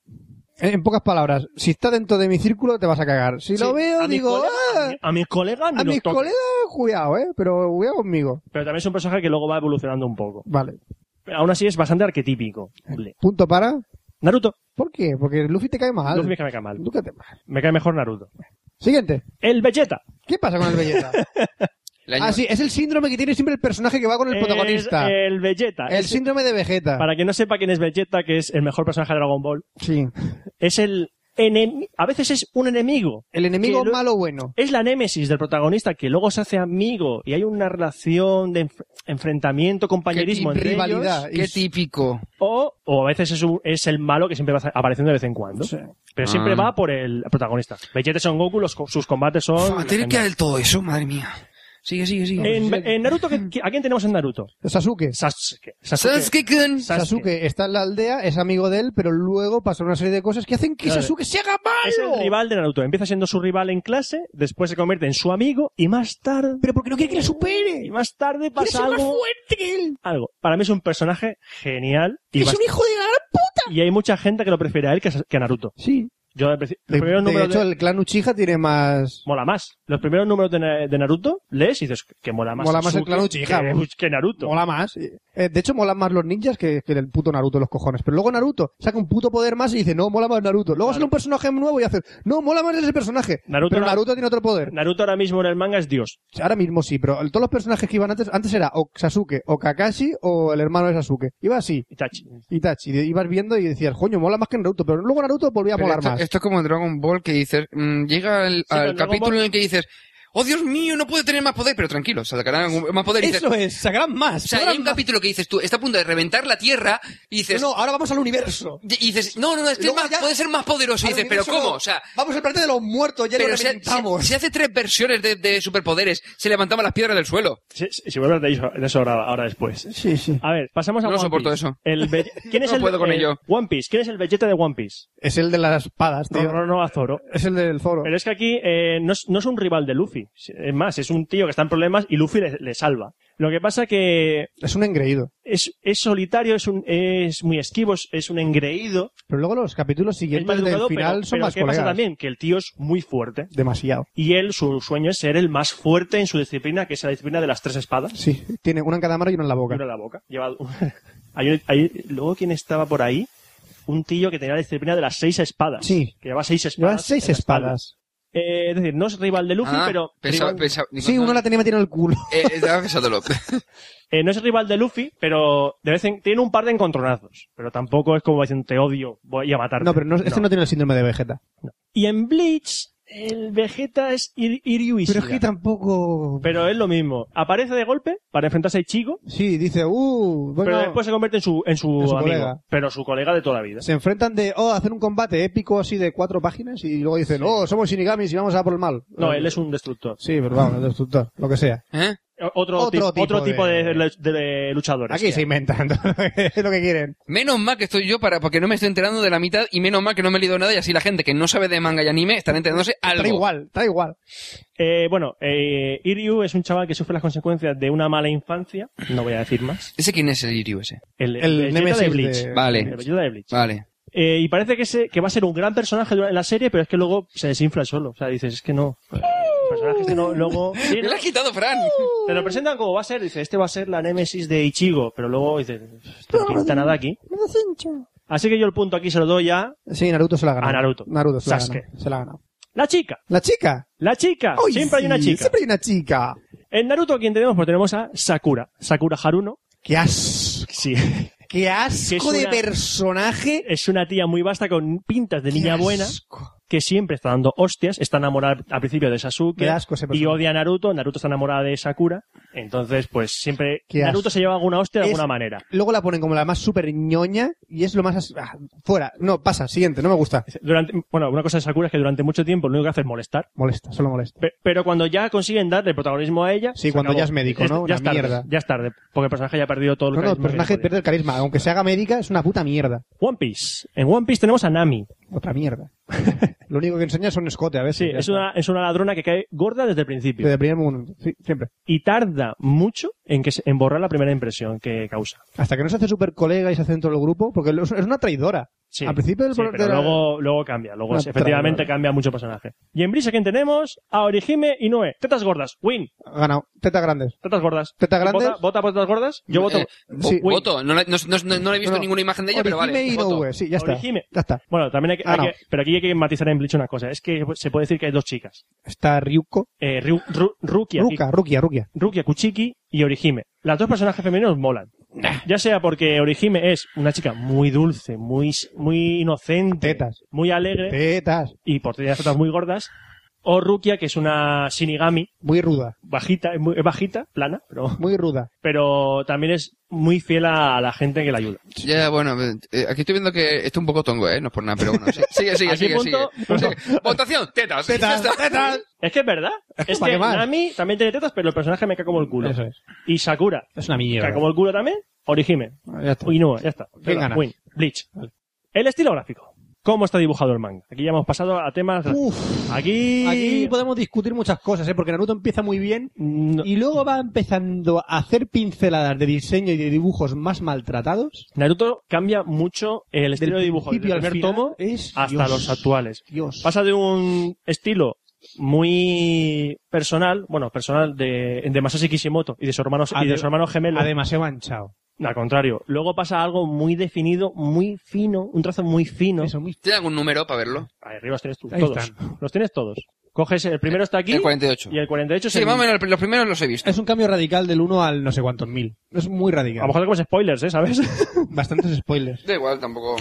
Speaker 3: en en pocas palabras, si está dentro de mi círculo te vas a cagar. Si
Speaker 2: Sí,
Speaker 3: lo veo,
Speaker 2: a mis
Speaker 3: digo,
Speaker 2: colegas-
Speaker 3: "Ah,
Speaker 2: a mi- a mis colegas ni
Speaker 3: a
Speaker 2: los
Speaker 3: mis
Speaker 2: toques.
Speaker 3: colegas, cuidado, eh, pero cuidado conmigo.
Speaker 2: Pero también es un personaje que luego va evolucionando un poco.
Speaker 3: Vale.
Speaker 2: Pero aún así es bastante arquetípico. Hombre.
Speaker 3: Punto para.
Speaker 2: Naruto.
Speaker 3: ¿Por qué? Porque Luffy te cae mal.
Speaker 2: Luffy que me cae mal.
Speaker 3: Tú que te- mal.
Speaker 2: Me cae mejor Naruto.
Speaker 3: Siguiente.
Speaker 2: El Vegeta.
Speaker 3: ¿Qué pasa con el belleza?
Speaker 4: Le añado-
Speaker 3: ah, sí, es el síndrome que tiene siempre el personaje que va con el
Speaker 2: Es
Speaker 3: protagonista.
Speaker 2: El Vegeta.
Speaker 3: el
Speaker 2: Es-
Speaker 3: síndrome de Vegeta.
Speaker 2: Para quien no sepa quién es Vegeta, que es el mejor personaje de Dragon Ball,
Speaker 3: Sí.
Speaker 2: es el enemigo. A veces es un enemigo.
Speaker 3: El enemigo
Speaker 2: Que lo-
Speaker 3: malo o bueno.
Speaker 2: Es la némesis del protagonista que luego se hace amigo y hay una relación de enf- enfrentamiento, compañerismo
Speaker 3: Qué
Speaker 2: entre ellos.
Speaker 3: rivalidad.
Speaker 4: Qué típico.
Speaker 2: O, o a veces es, un- es el malo que siempre va apareciendo de vez en cuando. Pero siempre
Speaker 4: Ah.
Speaker 2: va por el protagonista. Vegeta y Son Goku, los co- sus combates son...
Speaker 4: Fua, Tiene que
Speaker 2: legendarios.
Speaker 4: haber todo eso, madre mía. Sigue, sigue, sigue.
Speaker 2: en, en Naruto, ¿qué- qué- ¿a quién tenemos en Naruto?
Speaker 3: Sasuke.
Speaker 2: Sasuke. Sasuke.
Speaker 4: Sasuke-kun.
Speaker 2: Sasuke.
Speaker 3: Sasuke está en la aldea, es amigo de él, pero luego pasan una serie de cosas que hacen que
Speaker 2: Claro.
Speaker 3: Sasuke se haga malo.
Speaker 2: Es el rival de Naruto. Empieza siendo su rival en clase, después se convierte en su amigo y más tarde...
Speaker 3: Pero porque no quiere que le
Speaker 2: Y
Speaker 3: supere.
Speaker 2: más tarde
Speaker 3: Quiere
Speaker 2: pasa
Speaker 3: ser más
Speaker 2: algo...
Speaker 3: fuerte que él.
Speaker 2: algo. Para mí es un personaje genial y,
Speaker 3: Es
Speaker 2: bast-
Speaker 3: un hijo de la gran puta.
Speaker 2: y hay mucha gente que lo prefiere a él que a, Sas- que a Naruto.
Speaker 3: Sí.
Speaker 2: Yo, al principio- los
Speaker 3: De,
Speaker 2: primeros
Speaker 3: de
Speaker 2: números
Speaker 3: hecho,
Speaker 2: de-
Speaker 3: el clan Uchiha tiene más...
Speaker 2: mola más. Los primeros números de, Na- de Naruto, lees y dices que mola más.
Speaker 3: Mola más el
Speaker 2: Sasuke
Speaker 3: clan Uchiha,
Speaker 2: que-
Speaker 3: bro.
Speaker 2: que Naruto.
Speaker 3: Mola más. Eh, de hecho, molan más los ninjas que, que el puto Naruto, los cojones. Pero luego Naruto saca un puto poder más y dice, no, mola más Naruto. Luego sale un personaje nuevo y hace, no, mola más ese personaje.
Speaker 2: Naruto
Speaker 3: pero
Speaker 2: era-
Speaker 3: Naruto tiene otro poder.
Speaker 2: Naruto ahora mismo en el manga es Dios.
Speaker 3: Ahora mismo sí, pero todos los personajes que iban antes, antes era o Sasuke, o Kakashi, o el hermano de Sasuke. Iba así,
Speaker 2: Itachi.
Speaker 3: Itachi. Y ibas viendo y decías, coño, mola más que en Naruto. Pero luego Naruto volvía a
Speaker 4: Pero
Speaker 3: molar
Speaker 4: esto,
Speaker 3: más.
Speaker 4: esto es como en Dragon Ball que dices, mm, llega el-
Speaker 2: pero
Speaker 4: al
Speaker 2: en Dragon
Speaker 4: capítulo
Speaker 2: Ball-
Speaker 4: en el que dices, ¡Oh, Dios mío! No puede tener más poder. Pero tranquilo, sacarán algún- más poder. y dices-
Speaker 3: Eso es, sacarán más.
Speaker 4: o sea, hay
Speaker 3: sacarán
Speaker 4: un
Speaker 3: más.
Speaker 4: capítulo que dices tú, está a punto de reventar la Tierra y dices...
Speaker 3: No, no, ahora vamos al universo.
Speaker 4: Y dices, no, no, no, es que es
Speaker 3: Luego
Speaker 4: más-
Speaker 3: ya-
Speaker 4: puede ser más poderoso. Y
Speaker 3: Al
Speaker 4: dices, pero
Speaker 3: universo
Speaker 4: ¿cómo?
Speaker 3: no.
Speaker 4: O sea,
Speaker 3: vamos al planeta de los muertos, ya lo
Speaker 4: pero si,
Speaker 3: reventamos.
Speaker 4: si- si hace tres versiones de, de superpoderes, se levantaban las piedras del suelo.
Speaker 2: Si, si, si voy a hablar de eso, de eso ahora, ahora después.
Speaker 3: Sí, sí.
Speaker 2: A ver, pasamos a
Speaker 4: No
Speaker 2: One
Speaker 4: soporto
Speaker 2: Piece.
Speaker 4: eso.
Speaker 2: El ve- ¿Quién es
Speaker 4: No
Speaker 2: el,
Speaker 4: puedo con
Speaker 2: el-
Speaker 4: ello.
Speaker 2: One Piece. ¿Quién es el bellete de One Piece?
Speaker 3: Es el de las espadas,
Speaker 2: No,
Speaker 3: tío.
Speaker 2: no, no, a Zoro.
Speaker 3: Es el del foro.
Speaker 2: Pero es que aquí eh, no, es, no es un rival de Luffy. Es más, es un tío que está en problemas y Luffy le, le salva. Lo que pasa que
Speaker 3: Es un engreído.
Speaker 2: es, es solitario, es, un, es muy esquivo, es, es un engreído.
Speaker 3: Pero luego los capítulos
Speaker 2: Es
Speaker 3: siguientes del
Speaker 2: maleducado,
Speaker 3: final
Speaker 2: pero,
Speaker 3: son
Speaker 2: pero
Speaker 3: más
Speaker 2: ¿qué
Speaker 3: colegas.
Speaker 2: pasa también? Que el tío es muy fuerte.
Speaker 3: Demasiado.
Speaker 2: Y él, su sueño es ser el más fuerte en su disciplina, que es la disciplina de las tres espadas.
Speaker 3: Sí, tiene una en cada mano y una en la
Speaker 2: Uno
Speaker 3: boca.
Speaker 2: en la boca. Lleva... hay un- hay- Luego, ¿quién estaba por ahí? Un tío que tenía la disciplina de las seis espadas.
Speaker 3: Sí.
Speaker 2: Que llevaba seis espadas.
Speaker 3: Llevan seis
Speaker 2: en la espalda.
Speaker 3: espadas.
Speaker 2: Eh, es decir, no es rival de Luffy,
Speaker 4: Ah,
Speaker 2: pero...
Speaker 4: pensaba-
Speaker 2: rival-
Speaker 4: pensaba- digo,
Speaker 3: Sí,
Speaker 4: no,
Speaker 3: uno la tenía metida en el culo.
Speaker 4: eh, estaba pensándolo.
Speaker 2: Eh, no es rival de Luffy, pero de vez en tiene un par de encontronazos. Pero tampoco es como diciendo te odio, voy a matarte.
Speaker 3: No, pero no, este no. tiene el síndrome de Vegeta.
Speaker 2: Y en Bleach, el Vegeta es Ir Iryu Ishida.
Speaker 3: Pero es que tampoco...
Speaker 2: Pero es lo mismo. Aparece de golpe para enfrentarse a Ichigo,
Speaker 3: Sí, dice, uh, bueno...
Speaker 2: pero después se convierte en su, en su,
Speaker 3: En su
Speaker 2: amigo.
Speaker 3: colega.
Speaker 2: Pero su colega de toda la vida.
Speaker 3: Se enfrentan de, oh, hacer un combate épico así de cuatro páginas y luego dicen, oh, somos shinigamis y vamos a por el mal. Eh,
Speaker 2: No, él es un destructor.
Speaker 3: Sí, pero vamos, el destructor, lo que sea.
Speaker 4: ¿Eh?
Speaker 2: O- Otro,
Speaker 3: Otro
Speaker 2: tipo,
Speaker 3: tipo
Speaker 2: otro tipo de,
Speaker 3: de-
Speaker 2: de luchadores.
Speaker 3: Aquí
Speaker 2: que
Speaker 3: se
Speaker 2: hay.
Speaker 3: inventan todo lo que quieren.
Speaker 4: Menos mal que estoy yo para porque no me estoy enterando de la mitad y menos mal que no me he leído nada y así la gente que no sabe de manga y anime estará enterándose algo.
Speaker 3: Da igual, da igual.
Speaker 2: Eh, bueno, eh, Iryu es un chaval que sufre las consecuencias de una mala infancia. No voy a decir más.
Speaker 4: ¿Ese quién es el Iryu ese?
Speaker 2: El,
Speaker 3: El
Speaker 2: el Vegeta
Speaker 3: némesis
Speaker 2: de Bleach.
Speaker 3: de-
Speaker 4: Vale.
Speaker 2: El Vegeta de Bleach.
Speaker 4: Vale.
Speaker 2: Eh, y parece que, se, que va a ser un gran personaje durante la serie, pero es que luego se desinfla solo. O sea, dices, es que no. El personaje este no, luego... Sí,
Speaker 4: Me
Speaker 2: ¿no?
Speaker 4: lo has quitado, Fran.
Speaker 2: Te lo presentan como va a ser, dice, este va a ser la némesis de Ichigo, pero luego dices, esto no pinta nada aquí. Así que yo el punto aquí se lo doy a
Speaker 3: Sí, Naruto se la gana.
Speaker 2: A Naruto.
Speaker 3: Naruto se la
Speaker 2: Sasuke.
Speaker 3: gana. Se la gana.
Speaker 2: la chica.
Speaker 3: La chica.
Speaker 2: La chica.
Speaker 3: ¡Ay,
Speaker 2: siempre hay
Speaker 3: sí!
Speaker 2: una chica.
Speaker 3: Siempre hay una chica.
Speaker 2: En Naruto, ¿a quién tenemos? Pues tenemos a Sakura. Sakura Haruno.
Speaker 3: Qué asco.
Speaker 2: Sí.
Speaker 3: Qué
Speaker 2: Que es
Speaker 3: asco
Speaker 2: una-
Speaker 3: de personaje.
Speaker 2: Es una tía muy vasta con pintas de
Speaker 3: Qué
Speaker 2: niña buena.
Speaker 3: asco.
Speaker 2: que siempre está dando hostias, está enamorada al principio de
Speaker 3: Me
Speaker 2: Sasuke
Speaker 3: da asco ese
Speaker 2: y
Speaker 3: personaje.
Speaker 2: odia a Naruto, Naruto está enamorada de Sakura, entonces pues siempre
Speaker 3: Qué asco.
Speaker 2: Naruto se lleva alguna hostia de
Speaker 3: Es-
Speaker 2: alguna manera.
Speaker 3: Luego la ponen como la más súper ñoña y es lo más... as- ah, fuera. No, pasa. Siguiente. No me gusta.
Speaker 2: Durante, bueno, una cosa de Sakura es que durante mucho tiempo lo único que hace es molestar,
Speaker 3: Molesta. Solo molesta.
Speaker 2: pe- pero cuando ya consiguen darle protagonismo a ella,
Speaker 3: Sí,
Speaker 2: se
Speaker 3: cuando
Speaker 2: acabó.
Speaker 3: ya es médico,
Speaker 2: Es-
Speaker 3: ¿no?
Speaker 2: ya
Speaker 3: Una
Speaker 2: es tarde,
Speaker 3: mierda.
Speaker 2: ya es tarde, porque el personaje ya ha perdido todo el
Speaker 3: No, no,
Speaker 2: carisma
Speaker 3: el
Speaker 2: que
Speaker 3: personaje
Speaker 2: podía.
Speaker 3: pierde el carisma. Aunque se haga médica, es una puta mierda.
Speaker 2: One Piece. En One Piece tenemos a Nami.
Speaker 3: Otra mierda. lo único que enseña son escote a veces.
Speaker 2: Sí,
Speaker 3: ya
Speaker 2: es
Speaker 3: está.
Speaker 2: una, es una ladrona que cae gorda desde el principio.
Speaker 3: Desde el primer momento. Sí, siempre.
Speaker 2: Y tarda mucho en, que se- en borrar la primera impresión que causa.
Speaker 3: Hasta que no se hace súper colega y se hace dentro del grupo, porque lo- es una traidora.
Speaker 2: Sí,
Speaker 3: Al principio del
Speaker 2: sí,
Speaker 3: pro-
Speaker 2: pero
Speaker 3: de la-
Speaker 2: luego, luego cambia, luego
Speaker 3: Una
Speaker 2: es- efectivamente
Speaker 3: trama.
Speaker 2: cambia mucho personaje. Y en Brisa, ¿quién tenemos? A Orihime y Noe. Tetas gordas, win,
Speaker 3: Ha ganado. Tetas grandes.
Speaker 2: tetas gordas.
Speaker 3: Tetas grandes.
Speaker 2: ¿Vota, vota por tetas gordas? Yo voto.
Speaker 4: Eh, vo-
Speaker 3: sí.
Speaker 2: Win.
Speaker 4: Voto. No, la- no, no- no- no he visto
Speaker 3: No, no.
Speaker 4: ninguna imagen de ella, pero
Speaker 3: Orihime
Speaker 4: vale.
Speaker 3: y
Speaker 4: voto.
Speaker 3: Inoue, sí, ya está.
Speaker 2: Orihime.
Speaker 3: Ya está.
Speaker 2: Bueno, también hay que,
Speaker 3: Ah,
Speaker 2: hay
Speaker 3: no.
Speaker 2: que- pero aquí hay que matizar en Bleach una cosa. Es que se puede decir que hay dos chicas.
Speaker 3: Está Ryuko,
Speaker 2: Eh, Ryu- Ru- Rukia,
Speaker 3: Ruka, Rukia, Rukia.
Speaker 2: Rukia Kuchiki y Orihime. Las dos personajes femeninos molan. Ya sea porque Orihime es una chica muy dulce, muy, muy inocente,
Speaker 3: Tetas.
Speaker 2: muy alegre
Speaker 3: Tetas.
Speaker 2: y por tener las tetas muy gordas, o Rukia, que es una Shinigami,
Speaker 3: Muy ruda,
Speaker 2: bajita, es, muy- es bajita, plana, pero,
Speaker 3: muy ruda.
Speaker 2: pero también es muy fiel a, a la gente que la ayuda.
Speaker 4: Ya, bueno, eh, aquí estoy viendo que esto es un poco tongo, ¿eh? No es por nada, pero bueno. sí. Sigue, sigue,
Speaker 2: ¿A qué
Speaker 4: sigue,
Speaker 2: punto?
Speaker 4: sigue. Sigue. Votación, tetas. Ya está.
Speaker 3: tetas.
Speaker 2: Es que es verdad. Es
Speaker 3: ¿Para
Speaker 2: que
Speaker 3: qué más?
Speaker 2: Nami también tiene tetas, pero el personaje me cae como el culo.
Speaker 3: Eso es.
Speaker 2: Y Sakura,
Speaker 3: Es una
Speaker 2: cae como el culo también. Orihime.
Speaker 3: Ya está.
Speaker 2: Uy, no, ya está.
Speaker 3: ¿Quién gana?
Speaker 2: Win. Bleach. El estilo gráfico. ¿Cómo está dibujado el manga? Aquí ya hemos pasado a temas...
Speaker 3: Uf.
Speaker 2: aquí...
Speaker 3: Aquí podemos discutir muchas cosas, ¿eh? porque Naruto empieza muy bien
Speaker 2: No.
Speaker 3: y luego va empezando a hacer pinceladas de diseño y de dibujos más maltratados.
Speaker 2: Naruto cambia mucho el estilo de Este dibujo. Del
Speaker 3: principio al
Speaker 2: primer
Speaker 3: final
Speaker 2: tomo
Speaker 3: es
Speaker 2: hasta
Speaker 3: Dios.
Speaker 2: los actuales.
Speaker 3: Dios.
Speaker 2: pasa de un estilo muy personal, bueno, personal de, de Masashi Kishimoto y de su hermano, y de
Speaker 3: Ade-
Speaker 2: su hermano gemelo.
Speaker 3: a Ah, demasiado manchado.
Speaker 2: Al contrario. Luego pasa algo muy definido, muy fino, un trazo muy fino.
Speaker 3: Eso, muy...
Speaker 4: ¿Tiene algún número para verlo?
Speaker 2: Ahí arriba los tienes tú,
Speaker 3: Ahí
Speaker 2: todos.
Speaker 3: están.
Speaker 2: Los tienes todos. Coges, el primero está aquí
Speaker 4: El 48.
Speaker 2: y el 48 es
Speaker 4: Sí,
Speaker 2: el-
Speaker 4: más o menos los primeros los he visto.
Speaker 3: Es un cambio radical del 1 al no sé cuántos mil. Es muy
Speaker 2: A
Speaker 3: radical.
Speaker 2: lo mejor te comes spoilers, ¿eh? ¿Sabes?
Speaker 3: Bastantes spoilers.
Speaker 4: Da igual, tampoco.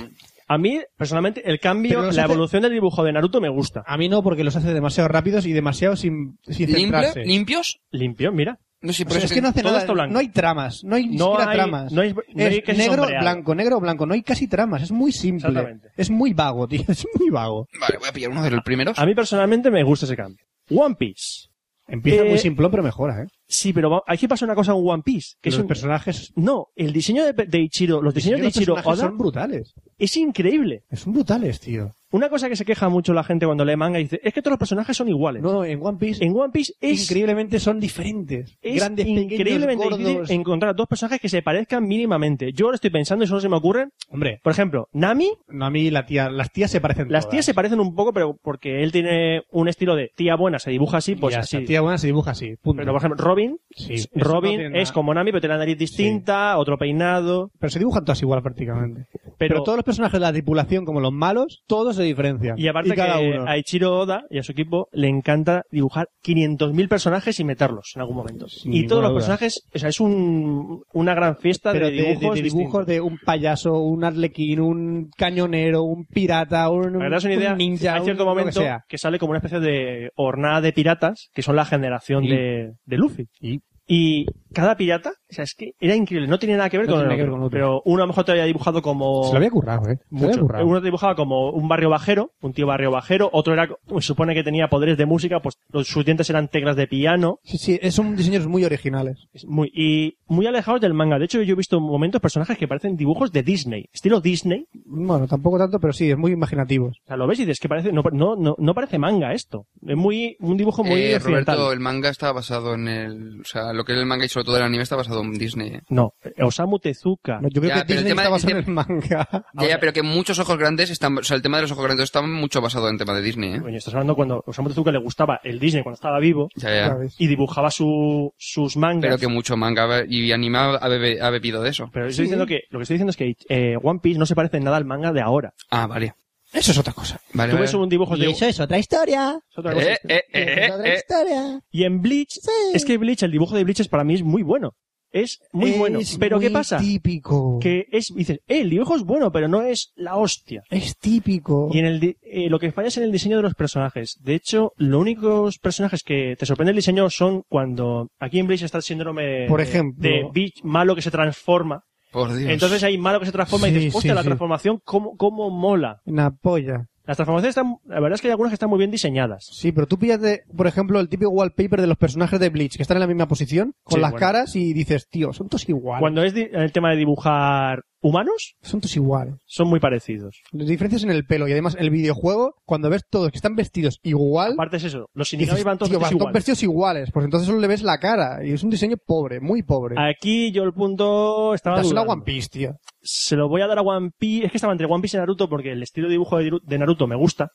Speaker 2: A mí, personalmente, el cambio,
Speaker 3: Pero los
Speaker 2: la
Speaker 3: hace-
Speaker 2: evolución del dibujo de Naruto me gusta.
Speaker 3: A mí no, porque los hace demasiado rápidos y demasiado sin, sin
Speaker 4: ¿Limpio-
Speaker 3: centrarse.
Speaker 4: ¿Limpios?
Speaker 2: Limpio, mira.
Speaker 4: No sé,
Speaker 3: O
Speaker 4: por
Speaker 3: sea,
Speaker 4: eso
Speaker 3: es que no hace
Speaker 2: todo
Speaker 3: nada,
Speaker 2: está blanco.
Speaker 3: no hay tramas, no hay ni
Speaker 2: No
Speaker 3: siquiera
Speaker 2: hay-
Speaker 3: tramas.
Speaker 2: no hay- no hay
Speaker 3: es
Speaker 2: casi
Speaker 3: negro,
Speaker 2: sombreado.
Speaker 3: blanco, negro, blanco, no hay casi tramas, es muy simple.
Speaker 2: Exactamente.
Speaker 3: Es muy vago, tío, es muy vago.
Speaker 4: Vale, voy a pillar uno de los primeros.
Speaker 2: A mí, personalmente, me gusta ese cambio. One Piece.
Speaker 3: Empieza
Speaker 2: Eh,
Speaker 3: muy simplón, pero mejora, ¿eh?
Speaker 2: Sí, pero va- aquí pasa una cosa en One Piece. Que
Speaker 3: Que
Speaker 2: es
Speaker 3: los
Speaker 2: un-
Speaker 3: personajes,
Speaker 2: No, el diseño de, de Ichiro, los diseños de
Speaker 3: los
Speaker 2: Ichiro
Speaker 3: personajes
Speaker 2: Oda
Speaker 3: son brutales.
Speaker 2: es increíble.
Speaker 3: Son brutales, tío.
Speaker 2: Una cosa que se queja mucho la gente cuando lee manga y dice, es que todos los personajes son iguales.
Speaker 3: No, no, en One Piece
Speaker 2: En One Piece es,
Speaker 3: increíblemente son diferentes.
Speaker 2: es
Speaker 3: Grandes, pequeños,
Speaker 2: increíblemente
Speaker 3: gordos.
Speaker 2: difícil encontrar dos personajes que se parezcan mínimamente. Yo ahora estoy pensando y solo se me ocurren,
Speaker 3: Hombre,
Speaker 2: por ejemplo, Nami,
Speaker 3: no, a mí la tía, las tías se parecen
Speaker 2: las
Speaker 3: todas.
Speaker 2: tías se parecen un poco, pero porque él tiene un estilo de tía buena, se dibuja así, pues
Speaker 3: Y hasta
Speaker 2: así.
Speaker 3: tía buena se dibuja así, punto.
Speaker 2: Pero por ejemplo, Robin,
Speaker 3: Sí,
Speaker 2: s-
Speaker 3: eso no
Speaker 2: Robin
Speaker 3: tiene nada.
Speaker 2: es como Nami, pero tiene la nariz distinta, otro peinado,
Speaker 3: Pero se dibujan todas igual prácticamente. Pero,
Speaker 2: pero...
Speaker 3: todos los personajes de la tripulación, como los malos, todos se diferencian.
Speaker 2: y aparte
Speaker 3: cada
Speaker 2: que
Speaker 3: uno.
Speaker 2: a Ichiro Oda y a su equipo le encanta dibujar 500.000 personajes y meterlos en algún momento.
Speaker 3: Sin
Speaker 2: y todos
Speaker 3: ninguna
Speaker 2: los
Speaker 3: duda.
Speaker 2: personajes, o sea, es un, una gran fiesta
Speaker 3: Pero
Speaker 2: de dibujos,
Speaker 3: de, dibujos
Speaker 2: distintos.
Speaker 3: de un payaso, un arlequín, un cañonero, un pirata, un,
Speaker 2: Para que te hagas una
Speaker 3: un
Speaker 2: idea,
Speaker 3: ninja,
Speaker 2: hay cierto
Speaker 3: un- lo que
Speaker 2: momento que,
Speaker 3: sea.
Speaker 2: sale como una especie de hornada de piratas, que son la generación
Speaker 3: Y-
Speaker 2: de, de Luffy.
Speaker 3: y-
Speaker 2: Y cada pirata, o sea, es que era increíble, no tenía nada que ver,
Speaker 3: No
Speaker 2: con, el
Speaker 3: tenía que ver
Speaker 2: otro,
Speaker 3: con el otro.
Speaker 2: Pero uno a lo mejor te había dibujado como...
Speaker 3: Se lo había currado, ¿eh? Se lo había
Speaker 2: Mucho.
Speaker 3: currado.
Speaker 2: Uno dibujaba como un barrio bajero, un tío barrio bajero, otro era, se supone que tenía poderes de música, pues los, sus dientes eran teclas de piano,
Speaker 3: Sí, sí, es- son diseños muy originales.
Speaker 2: es muy, y muy alejados del manga. De hecho, yo he visto en momentos personajes que parecen dibujos de Disney, estilo Disney.
Speaker 3: Bueno, tampoco tanto, pero sí, es muy imaginativos.
Speaker 2: O sea, lo ves y dices que parece, no, no, no, no parece manga esto. Es muy, un dibujo muy
Speaker 4: Eh,
Speaker 2: occidental.
Speaker 4: Roberto, el manga está basado en el... O sea, lo que es el manga y sobre todo el anime está basado en Disney. ¿eh?
Speaker 2: No, Osamu Tezuka.
Speaker 3: Yo creo
Speaker 4: Ya,
Speaker 3: que
Speaker 4: pero
Speaker 3: Disney
Speaker 4: el tema-
Speaker 3: está basado
Speaker 4: el
Speaker 3: en el manga.
Speaker 2: Ah,
Speaker 4: Ya, ya, pero que muchos ojos grandes están... O sea, el tema de los ojos grandes está mucho basado en tema de Disney, ¿eh?
Speaker 2: Coño, estás hablando cuando Osamu Tezuka le gustaba el Disney cuando estaba vivo
Speaker 4: Ya, ya.
Speaker 3: ¿sabes?
Speaker 2: y dibujaba su, sus mangas.
Speaker 4: Pero que mucho manga y anime ha, bebe- ha bebido de eso.
Speaker 2: Pero estoy diciendo que, lo que estoy diciendo es que eh, One Piece no se parece en nada al manga de ahora.
Speaker 4: Ah, vale.
Speaker 3: Eso es otra cosa.
Speaker 4: Vale,
Speaker 2: Tú
Speaker 4: vale.
Speaker 2: ves un dibujo de...
Speaker 3: es otra historia.
Speaker 2: es otra cosa.
Speaker 4: Eh, eh, eh, eh, eh.
Speaker 3: historia.
Speaker 2: Y en Bleach, es que Bleach, el dibujo de Bleach es para mí es muy bueno. Es muy bueno. Pero ¿qué pasa?
Speaker 3: típico.
Speaker 2: Que es, dices, eh, el dibujo es bueno, pero no es la hostia.
Speaker 3: Es típico.
Speaker 2: Y en el, di- eh, lo que falla es en el diseño de los personajes. De hecho, los únicos personajes que te sorprende el diseño son cuando aquí en Bleach está el síndrome
Speaker 3: Por
Speaker 2: de-
Speaker 3: ejemplo.
Speaker 2: de Beach malo que se transforma.
Speaker 4: Por Dios.
Speaker 2: Entonces hay malo que se transforma y
Speaker 3: Sí,
Speaker 2: dices, hostia,
Speaker 3: sí,
Speaker 2: la
Speaker 3: sí.
Speaker 2: transformación, ¿cómo, cómo mola?
Speaker 3: Una polla.
Speaker 2: Las transformaciones están, la verdad es que hay algunas que están muy bien diseñadas.
Speaker 3: Sí, pero tú píllate, por ejemplo, el típico wallpaper de los personajes de Bleach, que están en la misma posición, con
Speaker 2: Sí,
Speaker 3: las
Speaker 2: bueno.
Speaker 3: caras, y dices, tío, son todos iguales.
Speaker 2: Cuando es di- el tema de dibujar humanos,
Speaker 3: Son todos iguales.
Speaker 2: son muy parecidos.
Speaker 3: Las diferencias en el pelo, y además en el videojuego, cuando ves todos que están vestidos igual,
Speaker 2: Aparte es eso, los
Speaker 3: dices,
Speaker 2: shinigamis van todos
Speaker 3: tío,
Speaker 2: vestidos
Speaker 3: van todos
Speaker 2: igual.
Speaker 3: vestidos iguales, pues entonces solo le ves la cara, y es un diseño pobre, muy pobre.
Speaker 2: Aquí yo el punto estaba
Speaker 3: Es una
Speaker 2: dudando.
Speaker 3: One Piece, tío.
Speaker 2: Se lo voy a dar a One Piece. Es que estaba entre One Piece y Naruto porque el estilo de dibujo de Diru- de Naruto me gusta.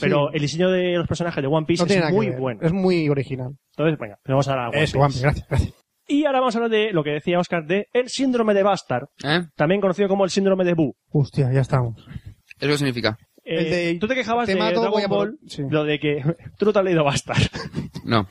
Speaker 2: Pero
Speaker 3: Sí.
Speaker 2: el diseño de los personajes de One Piece
Speaker 3: No tiene
Speaker 2: es
Speaker 3: nada
Speaker 2: muy
Speaker 3: que ver.
Speaker 2: bueno.
Speaker 3: Es muy original.
Speaker 2: Entonces, venga, le vamos a dar a One
Speaker 3: Es
Speaker 2: Piece.
Speaker 3: One Piece, gracias, gracias.
Speaker 2: Y ahora vamos a hablar de lo que decía Oscar de el síndrome de Bastard,
Speaker 4: ¿Eh?
Speaker 2: también conocido como el síndrome de Boo.
Speaker 3: Hostia, ya estamos.
Speaker 4: ¿Eso qué significa?
Speaker 2: Eh,
Speaker 3: El de-
Speaker 2: tú te quejabas
Speaker 3: te
Speaker 2: de
Speaker 3: mato, voy
Speaker 2: Dragon
Speaker 3: a por-
Speaker 2: Ball,
Speaker 3: sí.
Speaker 2: lo de que tú no te has leído Bastard.
Speaker 4: No.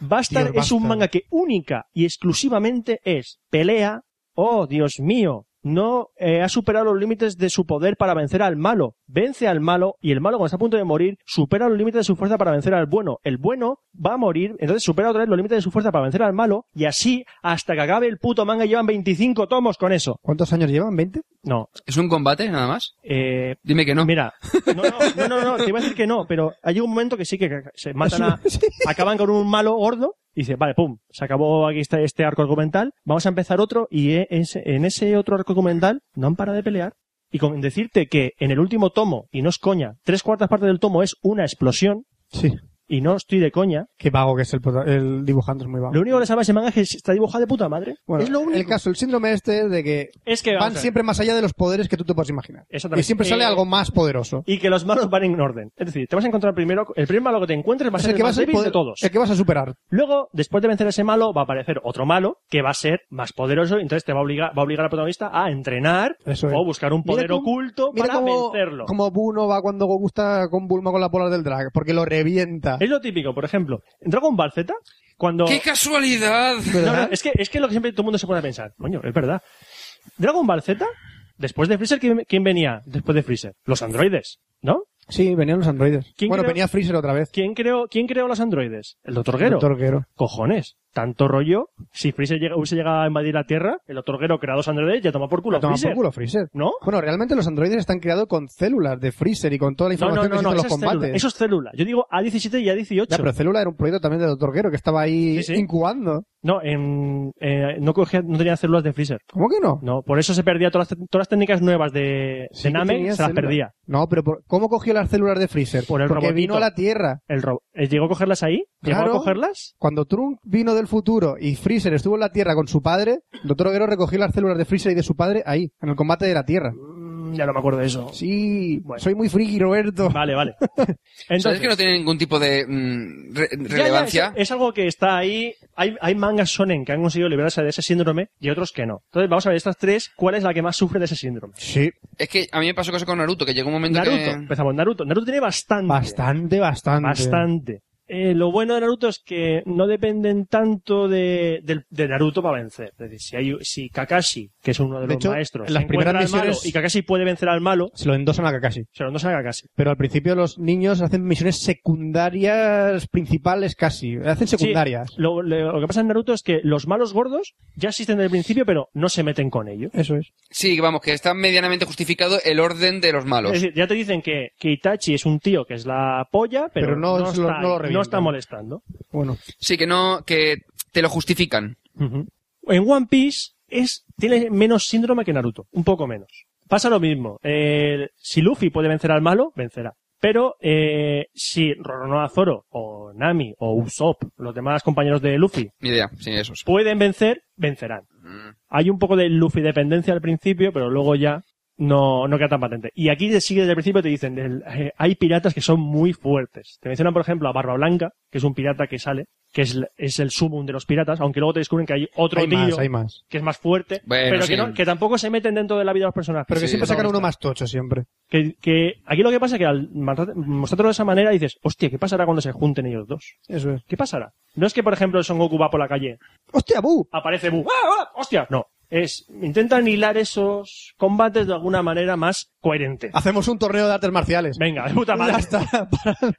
Speaker 2: Bastard
Speaker 3: Dios,
Speaker 2: es un
Speaker 3: Bastard.
Speaker 2: manga que única y exclusivamente es pelea. Oh, Dios mío. No eh, ha superado los límites de su poder para vencer al malo. Vence al malo y el malo cuando está a punto de morir supera los límites de su fuerza para vencer al bueno. El bueno va a morir, entonces supera otra vez los límites de su fuerza para vencer al malo y así hasta que acabe el puto manga y llevan 25 tomos con eso.
Speaker 3: ¿Cuántos años llevan? ¿20?
Speaker 2: No,
Speaker 4: ¿Es un combate nada más?
Speaker 2: eh,
Speaker 4: Dime que no.
Speaker 2: Mira, no, no, no, no, no, te iba a decir que no, pero hay un momento que sí que se matan a,
Speaker 3: Sí.
Speaker 2: acaban con un malo gordo y dice, vale, pum, se acabó aquí este, este arco argumental, vamos a empezar otro y e- ese- en ese otro arco argumental no han parado de pelear. Y con decirte que en el último tomo, y no es coña, tres cuartas partes del tomo es una explosión,
Speaker 3: Sí.
Speaker 2: y no estoy de coña,
Speaker 3: Qué vago que es el, prota- el dibujante, es muy vago.
Speaker 2: lo único que le salva ese manga es que está dibujado de puta madre.
Speaker 3: Bueno,
Speaker 2: es lo único.
Speaker 3: El caso, el síndrome este es de que
Speaker 2: es que vamos
Speaker 3: van
Speaker 2: a ver.
Speaker 3: siempre más allá de los poderes que tú te puedes imaginar.
Speaker 2: Exactamente.
Speaker 3: Y siempre sale
Speaker 2: Eh,
Speaker 3: algo más poderoso.
Speaker 2: Y que los malos van en orden. Es decir, te vas a encontrar primero, el primer malo que te encuentres va a
Speaker 3: Es
Speaker 2: ser el,
Speaker 3: que
Speaker 2: más
Speaker 3: vas a
Speaker 2: débil de
Speaker 3: poder-
Speaker 2: todos.
Speaker 3: El que vas a superar.
Speaker 2: Luego, después de vencer a ese malo, va a aparecer otro malo que va a ser más poderoso y entonces te va a obligar, va a obligar al protagonista a entrenar
Speaker 3: Eso es.
Speaker 2: o buscar un
Speaker 3: Mira
Speaker 2: poder
Speaker 3: cómo-
Speaker 2: oculto
Speaker 3: Mira
Speaker 2: para
Speaker 3: cómo,
Speaker 2: vencerlo.
Speaker 3: cómo Buu no va cuando Goku está con Bulma con la bola del drag, porque lo revienta.
Speaker 2: Es lo típico, por ejemplo, en Dragon Ball Z, cuando...
Speaker 4: ¡Qué casualidad!
Speaker 2: eh. No, no, es que es que lo que siempre todo el mundo se pone a pensar. Coño, es verdad. Dragon Ball Z, Después de Freezer, ¿quién, quién venía después de Freezer? Los androides, ¿no?
Speaker 3: Sí, venían los androides.
Speaker 2: ¿Quién
Speaker 3: Bueno,
Speaker 2: creó-
Speaker 3: venía Freezer otra vez.
Speaker 2: ¿Quién creó, quién creó los androides? El Doctor Gero.
Speaker 3: Doctor Gero.
Speaker 2: Cojones, tanto rollo. Si Freezer llega, hubiese llegado a invadir la Tierra, el Doctor Gero crea dos androides, ya toma por culo a
Speaker 3: Toma
Speaker 2: Freezer.
Speaker 3: por culo Freezer.
Speaker 2: ¿No?
Speaker 3: Bueno, realmente los androides están creados con células de Freezer y con toda la
Speaker 2: No, no,
Speaker 3: información
Speaker 2: no,
Speaker 3: que se
Speaker 2: no,
Speaker 3: hizo en
Speaker 2: eso
Speaker 3: los
Speaker 2: es, célula,
Speaker 3: combates.
Speaker 2: eso es célula. Yo digo A17 y A18.
Speaker 3: Ya, pero Célula era un proyecto también de Doctor Gero que estaba ahí
Speaker 2: Sí, sí.
Speaker 3: incubando.
Speaker 2: No, en- eh, no, cogía, no tenía células de Freezer.
Speaker 3: ¿Cómo que no?
Speaker 2: No, por eso se perdía todas las, te- todas las técnicas nuevas de,
Speaker 3: Sí
Speaker 2: de
Speaker 3: que
Speaker 2: Namek, se
Speaker 3: tenía
Speaker 2: las
Speaker 3: células.
Speaker 2: perdía.
Speaker 3: No, pero por- ¿cómo cogió las células de Freezer?
Speaker 2: Por el
Speaker 3: Porque
Speaker 2: robotito.
Speaker 3: vino a la Tierra.
Speaker 2: El ro- eh, ¿Llegó a cogerlas ahí? ¿Llegó
Speaker 3: Claro.
Speaker 2: a cogerlas?
Speaker 3: Cuando Trump vino del futuro y Freezer estuvo en la Tierra con su padre, Doctor Gero recogió las células de Freezer y de su padre ahí, en el combate de la Tierra.
Speaker 2: Mm, ya no me acuerdo de eso.
Speaker 3: Sí,
Speaker 2: Bueno.
Speaker 3: soy muy friki, Roberto.
Speaker 2: Vale, vale.
Speaker 4: ¿Sabes
Speaker 2: Entonces,
Speaker 4: que no tiene ningún tipo de mm, re-
Speaker 2: Ya, ya,
Speaker 4: relevancia?
Speaker 2: es, es algo que está ahí. Hay, hay mangas shonen que han conseguido liberarse de ese síndrome y otros que no. Entonces, vamos a ver estas tres, ¿cuál es la que más sufre de ese síndrome?
Speaker 3: Sí,
Speaker 4: Es que a mí me pasó cosa con Naruto, que llegó un momento
Speaker 2: eh. Naruto,
Speaker 4: que...
Speaker 2: empezamos. Naruto. Naruto tiene bastante.
Speaker 3: bastante, bastante.
Speaker 2: Bastante. Eh, lo bueno de Naruto es que no dependen tanto de, del- de Naruto para vencer. Es decir, si, hay, si Kakashi, que es uno de, los
Speaker 3: De hecho,
Speaker 2: maestros,
Speaker 3: en las
Speaker 2: se encuentra
Speaker 3: primeras
Speaker 2: al malo
Speaker 3: misiones-
Speaker 2: y Kakashi puede vencer al malo,
Speaker 3: Se lo endosan a Kakashi.
Speaker 2: se lo no a Kakashi.
Speaker 3: Pero al principio los niños hacen misiones secundarias principales casi. Hacen secundarias.
Speaker 2: Lo, lo- lo que pasa en Naruto es que los malos gordos ya existen desde el principio, pero no se meten con ellos.
Speaker 3: Eso es.
Speaker 4: Sí, vamos, que está medianamente justificado el orden de los malos.
Speaker 2: Es decir, ya te dicen que, que Itachi es un tío que es la polla, pero,
Speaker 3: Pero no es lo-
Speaker 2: está,
Speaker 3: no lo
Speaker 2: ahí,
Speaker 3: revientan.
Speaker 2: está molestando.
Speaker 3: Bueno,
Speaker 4: Sí, que no... que te lo justifican.
Speaker 2: En One Piece es, tiene menos síndrome que Naruto, un poco menos. Pasa lo mismo. eh, si Luffy puede vencer al malo, vencerá. Pero eh, si Roronoa Zoro o Nami o Usopp, los demás compañeros de Luffy,
Speaker 4: Ni idea, sí, eso sí.
Speaker 2: pueden vencer, vencerán.
Speaker 4: Mm.
Speaker 2: Hay un poco de Luffy dependencia al principio, pero luego ya no, no queda tan patente. Y aquí te sigue desde el principio, te dicen, el- eh, hay piratas que son muy fuertes. Te mencionan, por ejemplo, a Barba Blanca, que es un pirata que sale, que es, el- es el sumum de los piratas, aunque luego te descubren que hay otro
Speaker 3: hay
Speaker 2: tío
Speaker 3: más, hay más.
Speaker 2: que es más fuerte,
Speaker 4: Bueno,
Speaker 2: pero
Speaker 4: sí.
Speaker 2: que, no- que tampoco se meten dentro de la vida de los personajes.
Speaker 3: Pero que
Speaker 4: Sí,
Speaker 3: siempre sacan
Speaker 2: no,
Speaker 3: uno
Speaker 2: está.
Speaker 3: más tocho siempre.
Speaker 2: Que, que aquí lo que pasa es que al matar- mostrártelo de esa manera dices, hostia, ¿qué pasará cuando se junten ellos dos?
Speaker 3: Eso es.
Speaker 2: ¿Qué pasará? No es que, por ejemplo, el Son Goku va por la calle
Speaker 3: ¡Hostia, Bu!
Speaker 2: aparece Bu. ¡Ah, ah! ¡Hostia! No. Es, intentan hilar esos combates de alguna manera más coherente.
Speaker 3: Hacemos un torneo de artes marciales.
Speaker 2: Venga, de puta madre.
Speaker 3: Ah. Ya está.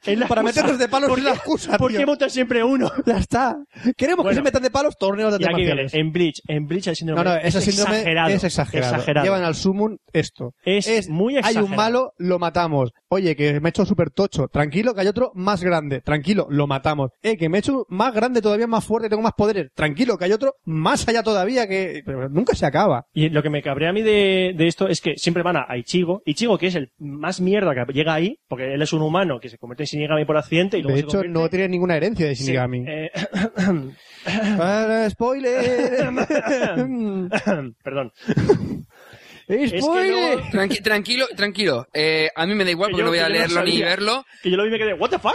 Speaker 2: Es
Speaker 3: Para,
Speaker 2: la
Speaker 3: para
Speaker 2: excusa.
Speaker 3: meternos de palos
Speaker 2: ¿Por
Speaker 3: es la
Speaker 2: qué-
Speaker 3: excusa,
Speaker 2: ¿Por
Speaker 3: tío.
Speaker 2: qué montan siempre uno?
Speaker 3: Ya está. Queremos que
Speaker 2: Bueno.
Speaker 3: se metan de palos torneos de
Speaker 2: Y
Speaker 3: artes
Speaker 2: aquí viene,
Speaker 3: marciales.
Speaker 2: en Bleach, en Bleach el síndrome
Speaker 3: No, no, ese
Speaker 2: es
Speaker 3: síndrome
Speaker 2: exagerado,
Speaker 3: es exagerado.
Speaker 2: exagerado.
Speaker 3: Llevan al sumum esto.
Speaker 2: Es muy
Speaker 3: Hay
Speaker 2: exagerado.
Speaker 3: un malo, lo matamos. Oye, que me he hecho súper tocho. Tranquilo, que hay otro más grande. Tranquilo, lo matamos. Eh, que me he hecho más grande, todavía más fuerte, tengo más poderes. Tranquilo, que hay otro más allá todavía que... Pero nunca se acaba.
Speaker 2: Y lo que me cabrea a mí de, de esto es que siempre van a, a Ichigo. Ichigo, que es el más mierda que llega ahí, porque él es un humano que se convierte en Shinigami por accidente y luego
Speaker 3: De
Speaker 2: se
Speaker 3: hecho,
Speaker 2: convierte-
Speaker 3: no tiene ninguna herencia de
Speaker 2: Sí,
Speaker 3: Shinigami.
Speaker 2: eh,
Speaker 3: Ah, ¡Spoiler!
Speaker 2: perdón. que
Speaker 3: ¡Spoiler!
Speaker 2: luego-
Speaker 4: Tranqui- tranquilo, tranquilo. Eh, a mí me da igual
Speaker 2: Que
Speaker 4: porque
Speaker 2: yo-
Speaker 4: no voy
Speaker 2: que
Speaker 4: a
Speaker 2: yo no
Speaker 4: leerlo ni
Speaker 2: sabía.
Speaker 4: verlo.
Speaker 2: Que yo lo vi y me quedé, ¿What the fuck?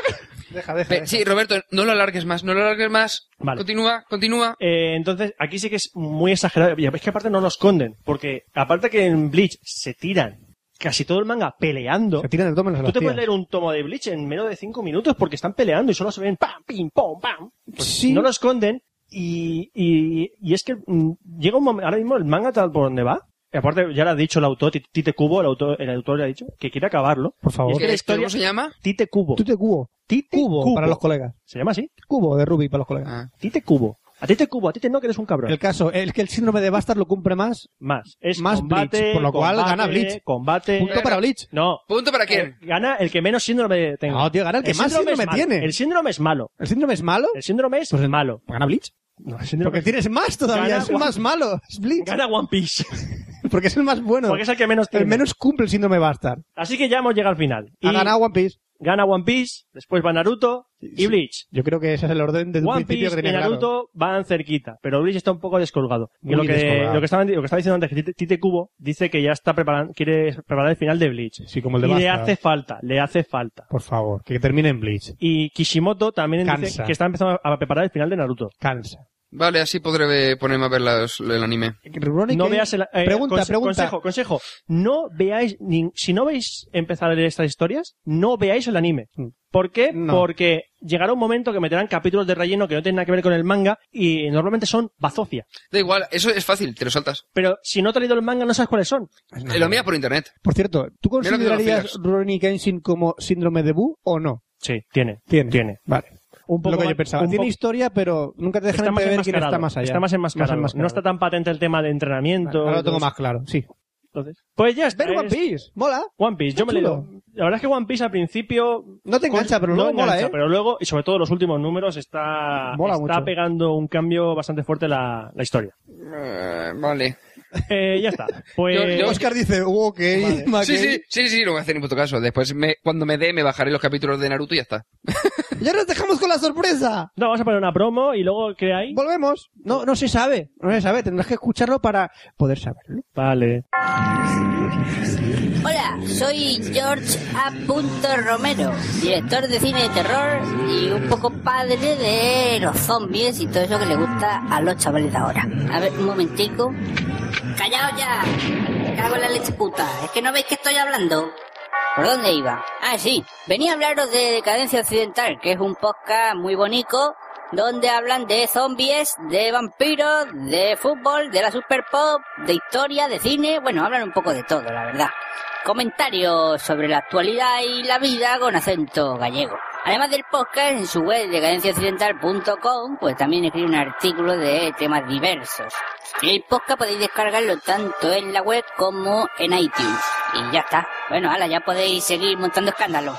Speaker 3: Deja, deja.
Speaker 4: Pe-
Speaker 3: deja.
Speaker 4: sí, Roberto, no lo alargues más, no lo alargues más.
Speaker 2: Vale.
Speaker 4: Continúa, continúa.
Speaker 2: Eh, entonces, aquí sí que es muy exagerado. Y es que aparte no lo esconden, porque aparte que en Bleach se tiran casi todo el manga peleando.
Speaker 3: Se tiran de todo menos a
Speaker 2: Tú
Speaker 3: las
Speaker 2: te puedes
Speaker 3: tías.
Speaker 2: leer un tomo de Bleach en menos de cinco minutos porque están peleando y solo se ven pam, pim, pom, pam. Pues
Speaker 3: Sí.
Speaker 2: No lo esconden y, y, y es que mm, llega un momento, ahora mismo el manga tal por donde va. y aparte, ya lo ha dicho el autor, Ti- Tite Cubo, el autor, el autor le ha dicho que quiere acabarlo.
Speaker 3: Por
Speaker 2: Y
Speaker 3: favor.
Speaker 2: es que la
Speaker 4: ¿Qué-
Speaker 2: historia-
Speaker 4: ¿Cómo se llama?
Speaker 2: Tite Cubo.
Speaker 3: Tú te cubo.
Speaker 2: Tite
Speaker 3: Cubo, para los colegas.
Speaker 2: ¿Se llama así?
Speaker 3: Cubo de Ruby para los colegas.
Speaker 4: Ah.
Speaker 2: Tite Cubo. A Tite Cubo, a Tite no, que eres un cabrón.
Speaker 3: El caso es que el síndrome de Bastard lo cumple más.
Speaker 2: Más. Es
Speaker 3: Más
Speaker 2: combate,
Speaker 3: Bleach, por lo cual
Speaker 2: combate,
Speaker 3: gana Bleach.
Speaker 2: Combate.
Speaker 3: Punto para Bleach.
Speaker 2: No.
Speaker 4: ¿Punto para
Speaker 2: Eh,
Speaker 4: quién?
Speaker 2: Gana el que menos síndrome tenga.
Speaker 3: No, tío, gana el que más
Speaker 2: es
Speaker 3: síndrome
Speaker 2: malo.
Speaker 3: tiene.
Speaker 2: El síndrome es malo.
Speaker 3: ¿El síndrome es malo?
Speaker 2: El síndrome es malo.
Speaker 3: Gana Bleach.
Speaker 2: No, el síndrome
Speaker 3: Porque
Speaker 2: es-
Speaker 3: tienes más todavía.
Speaker 2: Gana
Speaker 3: es el
Speaker 2: One-
Speaker 3: más malo. Es Bleach.
Speaker 2: Gana One Piece.
Speaker 3: Porque es el más bueno.
Speaker 2: Porque es el que menos tiene.
Speaker 3: El menos cumple el síndrome Bastard.
Speaker 2: Así que ya hemos llegado al final.
Speaker 3: Ha
Speaker 2: Y
Speaker 3: ganado One Piece.
Speaker 2: Gana One Piece, después va Naruto y Bleach.
Speaker 3: Yo creo que ese es el orden desde un
Speaker 2: One
Speaker 3: principio
Speaker 2: Piece
Speaker 3: que
Speaker 2: y
Speaker 3: tenía claro.
Speaker 2: Naruto van cerquita, pero Bleach está un poco descolgado. Y
Speaker 3: Muy
Speaker 2: lo, que,
Speaker 3: descolgado.
Speaker 2: Lo, que estaba, lo que estaba diciendo antes, que Tite- Tite Kubo dice que ya está preparando, quiere preparar el final de Bleach.
Speaker 3: Sí, como el de
Speaker 2: y le
Speaker 3: Bastard.
Speaker 2: hace falta, le hace falta.
Speaker 3: Por favor, que termine en Bleach.
Speaker 2: Y Kishimoto también dice
Speaker 3: Cansa.
Speaker 2: que está empezando a preparar el final de Naruto.
Speaker 3: Cansa.
Speaker 4: Vale, así podré ponerme a ver las- el anime.
Speaker 3: Rurouni
Speaker 2: No
Speaker 3: Kenshin-
Speaker 2: veas el, eh,
Speaker 3: pregunta,
Speaker 2: conse-
Speaker 3: pregunta.
Speaker 2: Consejo, consejo. No veáis, nin- si no veis empezar a leer estas historias, no veáis el anime. ¿Por qué?
Speaker 3: Mm. No.
Speaker 2: Porque llegará un momento que meterán capítulos de relleno que no tienen nada que ver con el manga y normalmente son bazofia.
Speaker 4: Da igual, eso es fácil, te lo saltas.
Speaker 2: Pero si no te has leído el manga, no sabes cuáles son.
Speaker 4: Eh, lo mira por internet.
Speaker 3: Por cierto, ¿tú
Speaker 4: Mira lo que digo,
Speaker 3: considerarías
Speaker 4: fíjate.
Speaker 3: Rurouni Kenshin como síndrome de Boo o no?
Speaker 2: Sí, tiene.
Speaker 3: Tiene.
Speaker 2: Tiene.
Speaker 3: Vale.
Speaker 2: Un poco
Speaker 3: Lo que
Speaker 2: más-
Speaker 3: yo pensaba.
Speaker 2: un
Speaker 3: Tiene
Speaker 2: poco-
Speaker 3: historia, pero nunca te dejan
Speaker 2: está más
Speaker 3: entrever quién
Speaker 2: enmascarado.
Speaker 3: está más allá.
Speaker 2: Está más enmascarado. No está tan patente el tema de entrenamiento.
Speaker 3: Vale, Ahora lo tengo
Speaker 2: Entonces-
Speaker 3: más claro, sí.
Speaker 2: entonces- pues ya está.
Speaker 3: Ver One
Speaker 2: es-
Speaker 3: Piece, mola.
Speaker 2: One Piece, yo me
Speaker 3: Está
Speaker 2: le
Speaker 3: chulo.
Speaker 2: La verdad es que One Piece al principio.
Speaker 3: No te engancha, pero
Speaker 2: Pues no
Speaker 3: luego mola,
Speaker 2: engancha,
Speaker 3: ¿eh?
Speaker 2: Pero luego, y sobre todo los últimos números, está,
Speaker 3: Mola
Speaker 2: está
Speaker 3: mucho.
Speaker 2: pegando un cambio bastante fuerte la, la historia.
Speaker 4: Eh, vale.
Speaker 2: Eh, ya está. Pues.
Speaker 4: Yo- yo-
Speaker 3: Oscar dice, "Uh, ok, ok".
Speaker 4: Sí, sí, sí, sí, no voy a hacer ni puto caso. Después, me- cuando me dé, me bajaré los capítulos de Naruto y ya está.
Speaker 3: Ya nos dejamos con la sorpresa.
Speaker 2: No, vamos a poner una promo y luego ¿qué hay?
Speaker 3: Volvemos. No, no se sabe. No se sabe. Tendrás que escucharlo para poder saberlo.
Speaker 2: Vale.
Speaker 5: Hola, soy George A. Romero, director de cine de terror y un poco padre de los zombies y todo eso que le gusta a los chavales de ahora. A ver, un momentico. ¡Callaos ya! Me Cago en la leche puta. Es que no veis que estoy hablando. ¿Por dónde iba? Ah, sí. Venía a hablaros de Decadencia Occidental, que es un podcast muy bonito donde hablan de zombies, de vampiros, de fútbol, de la super pop, de historia, de cine. Bueno, hablan un poco de todo, la verdad. Comentarios sobre la actualidad y la vida con acento gallego. Además del podcast, en su web decadenciaoccidental.com, pues también escribe un artículo de temas diversos. El podcast podéis descargarlo tanto en la web como en iTunes. Y ya está. Bueno, ahora ya podéis seguir montando escándalos.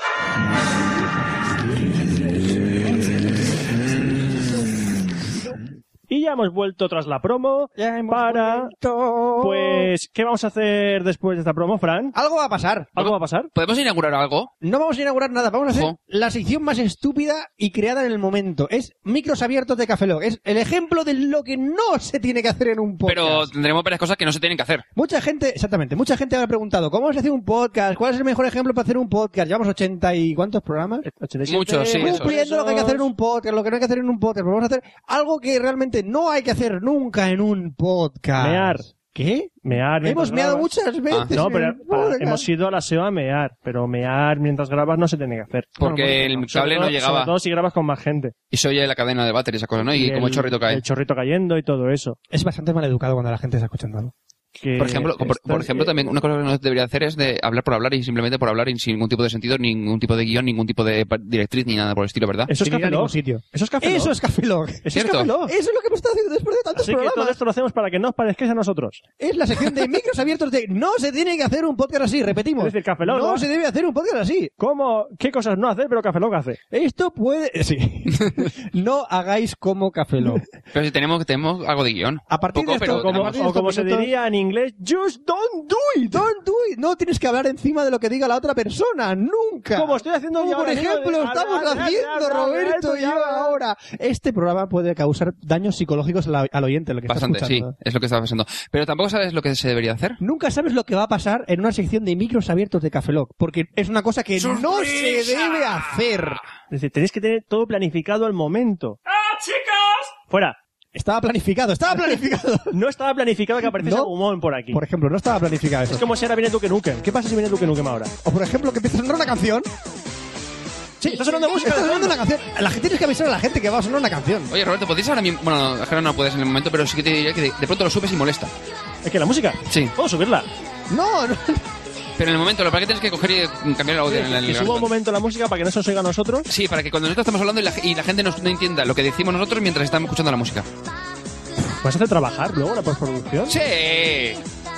Speaker 2: Y ya hemos vuelto tras la promo. para. Pues, ¿qué vamos a hacer después de esta promo, Fran?
Speaker 3: Algo va a pasar.
Speaker 2: ¿Algo va a pasar?
Speaker 4: ¿Podemos inaugurar algo?
Speaker 3: No vamos a inaugurar nada, vamos a hacer
Speaker 4: Ojo.
Speaker 3: la sección más estúpida y creada en el momento. Es micros abiertos de Café Lock. Es el ejemplo de lo que no se tiene que hacer en un podcast.
Speaker 4: Pero tendremos varias cosas que no se tienen que hacer.
Speaker 3: Mucha gente, exactamente, mucha gente habrá preguntado, ¿cómo se hace un podcast? ¿Cuál es el mejor ejemplo para hacer un podcast? Llevamos 80 y cuántos programas.
Speaker 2: 87,
Speaker 4: Muchos, sí, eso.
Speaker 3: Cumpliendo lo que hay que hacer en un podcast, lo que no hay que hacer en un podcast. Pero vamos a hacer algo que realmente no hay que hacer nunca en un podcast.
Speaker 2: Mear.
Speaker 3: ¿Qué?
Speaker 2: Mear. mientras
Speaker 3: Hemos meado eh,
Speaker 2: grabas.
Speaker 3: muchas veces.
Speaker 4: Ah.
Speaker 2: No,
Speaker 3: en
Speaker 2: pero
Speaker 3: el
Speaker 2: para-
Speaker 3: podcast.
Speaker 2: hemos ido a la SEO a mear, pero mear mientras grabas no se tiene que hacer. Normalmente
Speaker 4: Porque el
Speaker 2: no.
Speaker 4: cable
Speaker 2: Sobre
Speaker 4: no
Speaker 2: todo-
Speaker 4: llegaba.
Speaker 2: Sobre todo si grabas con más gente.
Speaker 4: Y se oye la cadena de váter y esas cosas, ¿no? Y, como el chorrito cae.
Speaker 2: El chorrito cayendo y todo eso.
Speaker 3: Es bastante mal educado cuando la gente está escuchando algo.
Speaker 2: Que
Speaker 4: Por ejemplo, por,
Speaker 2: esto-
Speaker 4: por ejemplo,
Speaker 2: eh,
Speaker 4: también una cosa que no debería hacer es de hablar por hablar y simplemente por hablar y sin ningún tipo de sentido, ningún tipo de guión, ningún tipo de pa- directriz ni nada por el estilo, ¿verdad?
Speaker 2: Eso es
Speaker 3: Sin ir a
Speaker 2: Café
Speaker 3: ningún
Speaker 2: Lock.
Speaker 3: sitio.
Speaker 2: Eso es Café
Speaker 3: Eso
Speaker 2: Lock.
Speaker 3: es Café Lock.
Speaker 2: Eso es
Speaker 4: Cierto.
Speaker 2: Café Lock.
Speaker 3: Eso es lo que hemos estado haciendo después de tantos
Speaker 2: Así que
Speaker 3: programas.
Speaker 2: todo esto lo hacemos para que no os parezcáis a nosotros.
Speaker 3: Es la sección de micros abiertos de no se tiene que hacer un podcast así, repetimos.
Speaker 2: Es decir, Café Lock,
Speaker 3: no
Speaker 2: ¿no?
Speaker 3: se debe hacer un podcast así.
Speaker 2: ¿Cómo? ¿Qué cosas no hacer, pero Café Lock hace?
Speaker 3: Esto puede... Sí. no hagáis como Café Lock.
Speaker 4: Pero si tenemos, tenemos algo de guión.
Speaker 3: A partir
Speaker 4: Poco,
Speaker 3: de esto,
Speaker 4: pero
Speaker 2: O como,
Speaker 3: partir de
Speaker 2: o
Speaker 3: estos
Speaker 2: como se
Speaker 3: minutos-
Speaker 2: diría en inglés, just don't do it.
Speaker 3: Don't do it. No tienes que hablar encima de lo que diga la otra persona, nunca.
Speaker 2: Como estoy haciendo
Speaker 3: Como
Speaker 2: yo
Speaker 3: por
Speaker 2: ahora mismo
Speaker 3: ejemplo
Speaker 2: de-
Speaker 3: estamos
Speaker 2: habla, habla,
Speaker 3: haciendo
Speaker 2: habla,
Speaker 3: Roberto
Speaker 2: Roberto,
Speaker 3: y
Speaker 2: ya
Speaker 3: yo
Speaker 2: va.
Speaker 3: ahora. Este programa puede causar daños psicológicos al, al oyente, lo que
Speaker 4: Bastante,
Speaker 3: está
Speaker 4: sí,
Speaker 3: escuchando.
Speaker 4: es lo que estaba pensando. Pero tampoco sabes lo que se debería hacer.
Speaker 3: Nunca sabes lo que va a pasar en una sección de micros abiertos de Café Lock, porque es una cosa que no se debe hacer.
Speaker 2: Es decir, tenéis que tener todo planificado al momento. ¡Ah, chicos! Fuera.
Speaker 3: Estaba planificado, estaba planificado.
Speaker 2: No estaba planificado que apareciese
Speaker 3: No.
Speaker 2: Agumon por aquí.
Speaker 3: por ejemplo, no estaba planificado
Speaker 2: Es
Speaker 3: eso.
Speaker 2: como si ahora viene Duke Nukem. ¿Qué pasa si viene Duke Nukem ahora?
Speaker 3: O por ejemplo, que empieza a sonar una canción.
Speaker 2: Sí, está sonando música.
Speaker 3: Está
Speaker 2: de
Speaker 3: sonando
Speaker 2: fondo.
Speaker 3: una canción. La gente tienes que avisar a la gente que va a sonar una canción.
Speaker 4: Oye, Roberto, ¿podéis ahora mismo? Bueno, ahora no puedes en el momento, pero sí que te diría que de, de pronto lo subes y molesta.
Speaker 2: Es que la música.
Speaker 4: Sí.
Speaker 2: Puedo subirla.
Speaker 3: No, no.
Speaker 4: Pero en el momento, lo para que tienes que coger y mm, cambiar el audio en el-
Speaker 2: que suba un momento la música para que no se os oiga a nosotros.
Speaker 4: Sí, para que cuando nosotros estamos hablando y la, y la gente nos- no entienda lo que decimos nosotros mientras estamos escuchando la música.
Speaker 2: ¿Vas a hacer Pues trabajar luego la postproducción?
Speaker 4: Sí.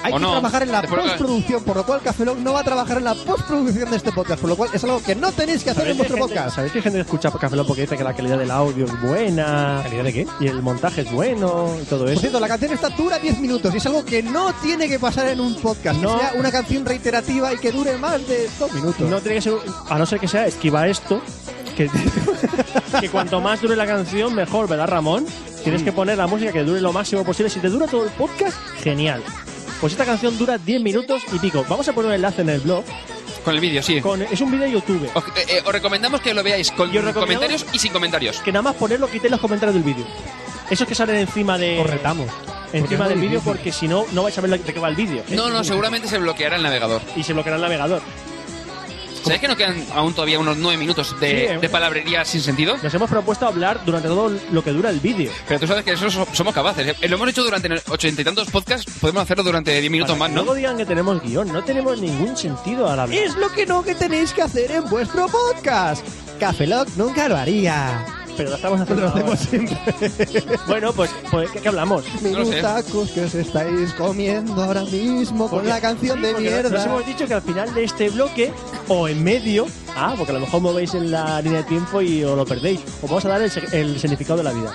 Speaker 3: Hay
Speaker 4: ¿O
Speaker 3: que
Speaker 4: no?
Speaker 3: trabajar en la
Speaker 4: Después-
Speaker 3: postproducción, por lo cual Café Lock no va a trabajar en la postproducción de este podcast, por lo cual es algo que no tenéis que hacer en
Speaker 2: ¿Sabéis que
Speaker 3: vuestro
Speaker 2: hay gente-
Speaker 3: podcast.
Speaker 2: ¿Sabéis que hay gente que escucha Café Lock porque dice que la calidad del audio es buena?
Speaker 3: ¿Calidad de qué?
Speaker 2: Y el montaje es bueno y todo
Speaker 3: Por
Speaker 2: eso.
Speaker 3: cierto, la canción esta dura 10 minutos y es algo que no tiene que pasar en un podcast.
Speaker 2: No.
Speaker 3: Que sea una canción reiterativa y que dure más de 2 minutos.
Speaker 2: No tiene que ser, a no ser que sea esquiva esto, que, que cuanto más dure la canción, mejor, ¿verdad, Ramón? Tienes que poner la música que dure lo máximo posible. Si te dura todo el podcast, genial. Pues esta canción dura 10 minutos y pico. Vamos a poner un enlace en el blog.
Speaker 4: eh, Con el vídeo, sí.
Speaker 2: Con, es un vídeo de YouTube.
Speaker 4: Os, eh, eh, os recomendamos que lo veáis con
Speaker 2: Y os recomendamos-
Speaker 4: comentarios y sin comentarios.
Speaker 2: Que nada más ponerlo, quité los comentarios del vídeo. Esos que salen encima de.
Speaker 3: Os retamos.
Speaker 2: Encima
Speaker 3: Porque es
Speaker 2: del
Speaker 3: muy
Speaker 2: vídeo,
Speaker 3: difícil.
Speaker 2: porque si no, no vais a ver la- de qué va el vídeo.
Speaker 4: No, no,
Speaker 2: seguro
Speaker 4: seguramente se bloqueará el navegador.
Speaker 2: Y se bloqueará el navegador.
Speaker 4: ¿Sabes que nos quedan aún todavía unos nueve minutos de,
Speaker 2: Sí, eh.
Speaker 4: de palabrería sin sentido?
Speaker 2: Nos hemos propuesto hablar durante todo lo que dura el vídeo.
Speaker 4: Pero tú sabes que eso so- somos capaces. ¿eh? Lo hemos hecho durante ochenta y tantos podcasts, podemos hacerlo durante diez
Speaker 2: Para
Speaker 4: minutos más,
Speaker 2: que
Speaker 4: ¿no?
Speaker 2: Luego digan que tenemos guión, no tenemos ningún sentido ahora mismo.
Speaker 3: Es lo que no que tenéis que hacer en vuestro podcast. Cafeloc nunca lo haría.
Speaker 2: Pero lo estamos haciendo.
Speaker 3: Lo
Speaker 2: ahora.
Speaker 3: hacemos siempre.
Speaker 2: Bueno, pues, pues ¿qué, qué hablamos?
Speaker 4: No lo sé.
Speaker 3: tacos que os estáis comiendo ahora mismo
Speaker 2: Porque- sí, porque Nos hemos dicho que al final de este bloque, o en medio, ah, porque a lo mejor movéis en la línea de tiempo y os lo perdéis, os vamos a dar el, se- el significado de la vida.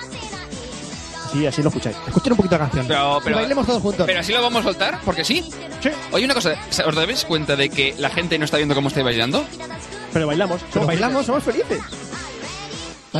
Speaker 2: Sí, así lo escucháis.
Speaker 3: Escuchen un poquito la canción.
Speaker 4: Pero- pero-
Speaker 3: y bailemos todos juntos.
Speaker 4: Pero así lo vamos a soltar, porque sí.
Speaker 2: Sí,
Speaker 4: Oye, una cosa, ¿os dais cuenta de que la gente no está viendo cómo estáis bailando?
Speaker 2: ¿Eh? pero bailamos.
Speaker 3: Pero bailamos, somos felices. La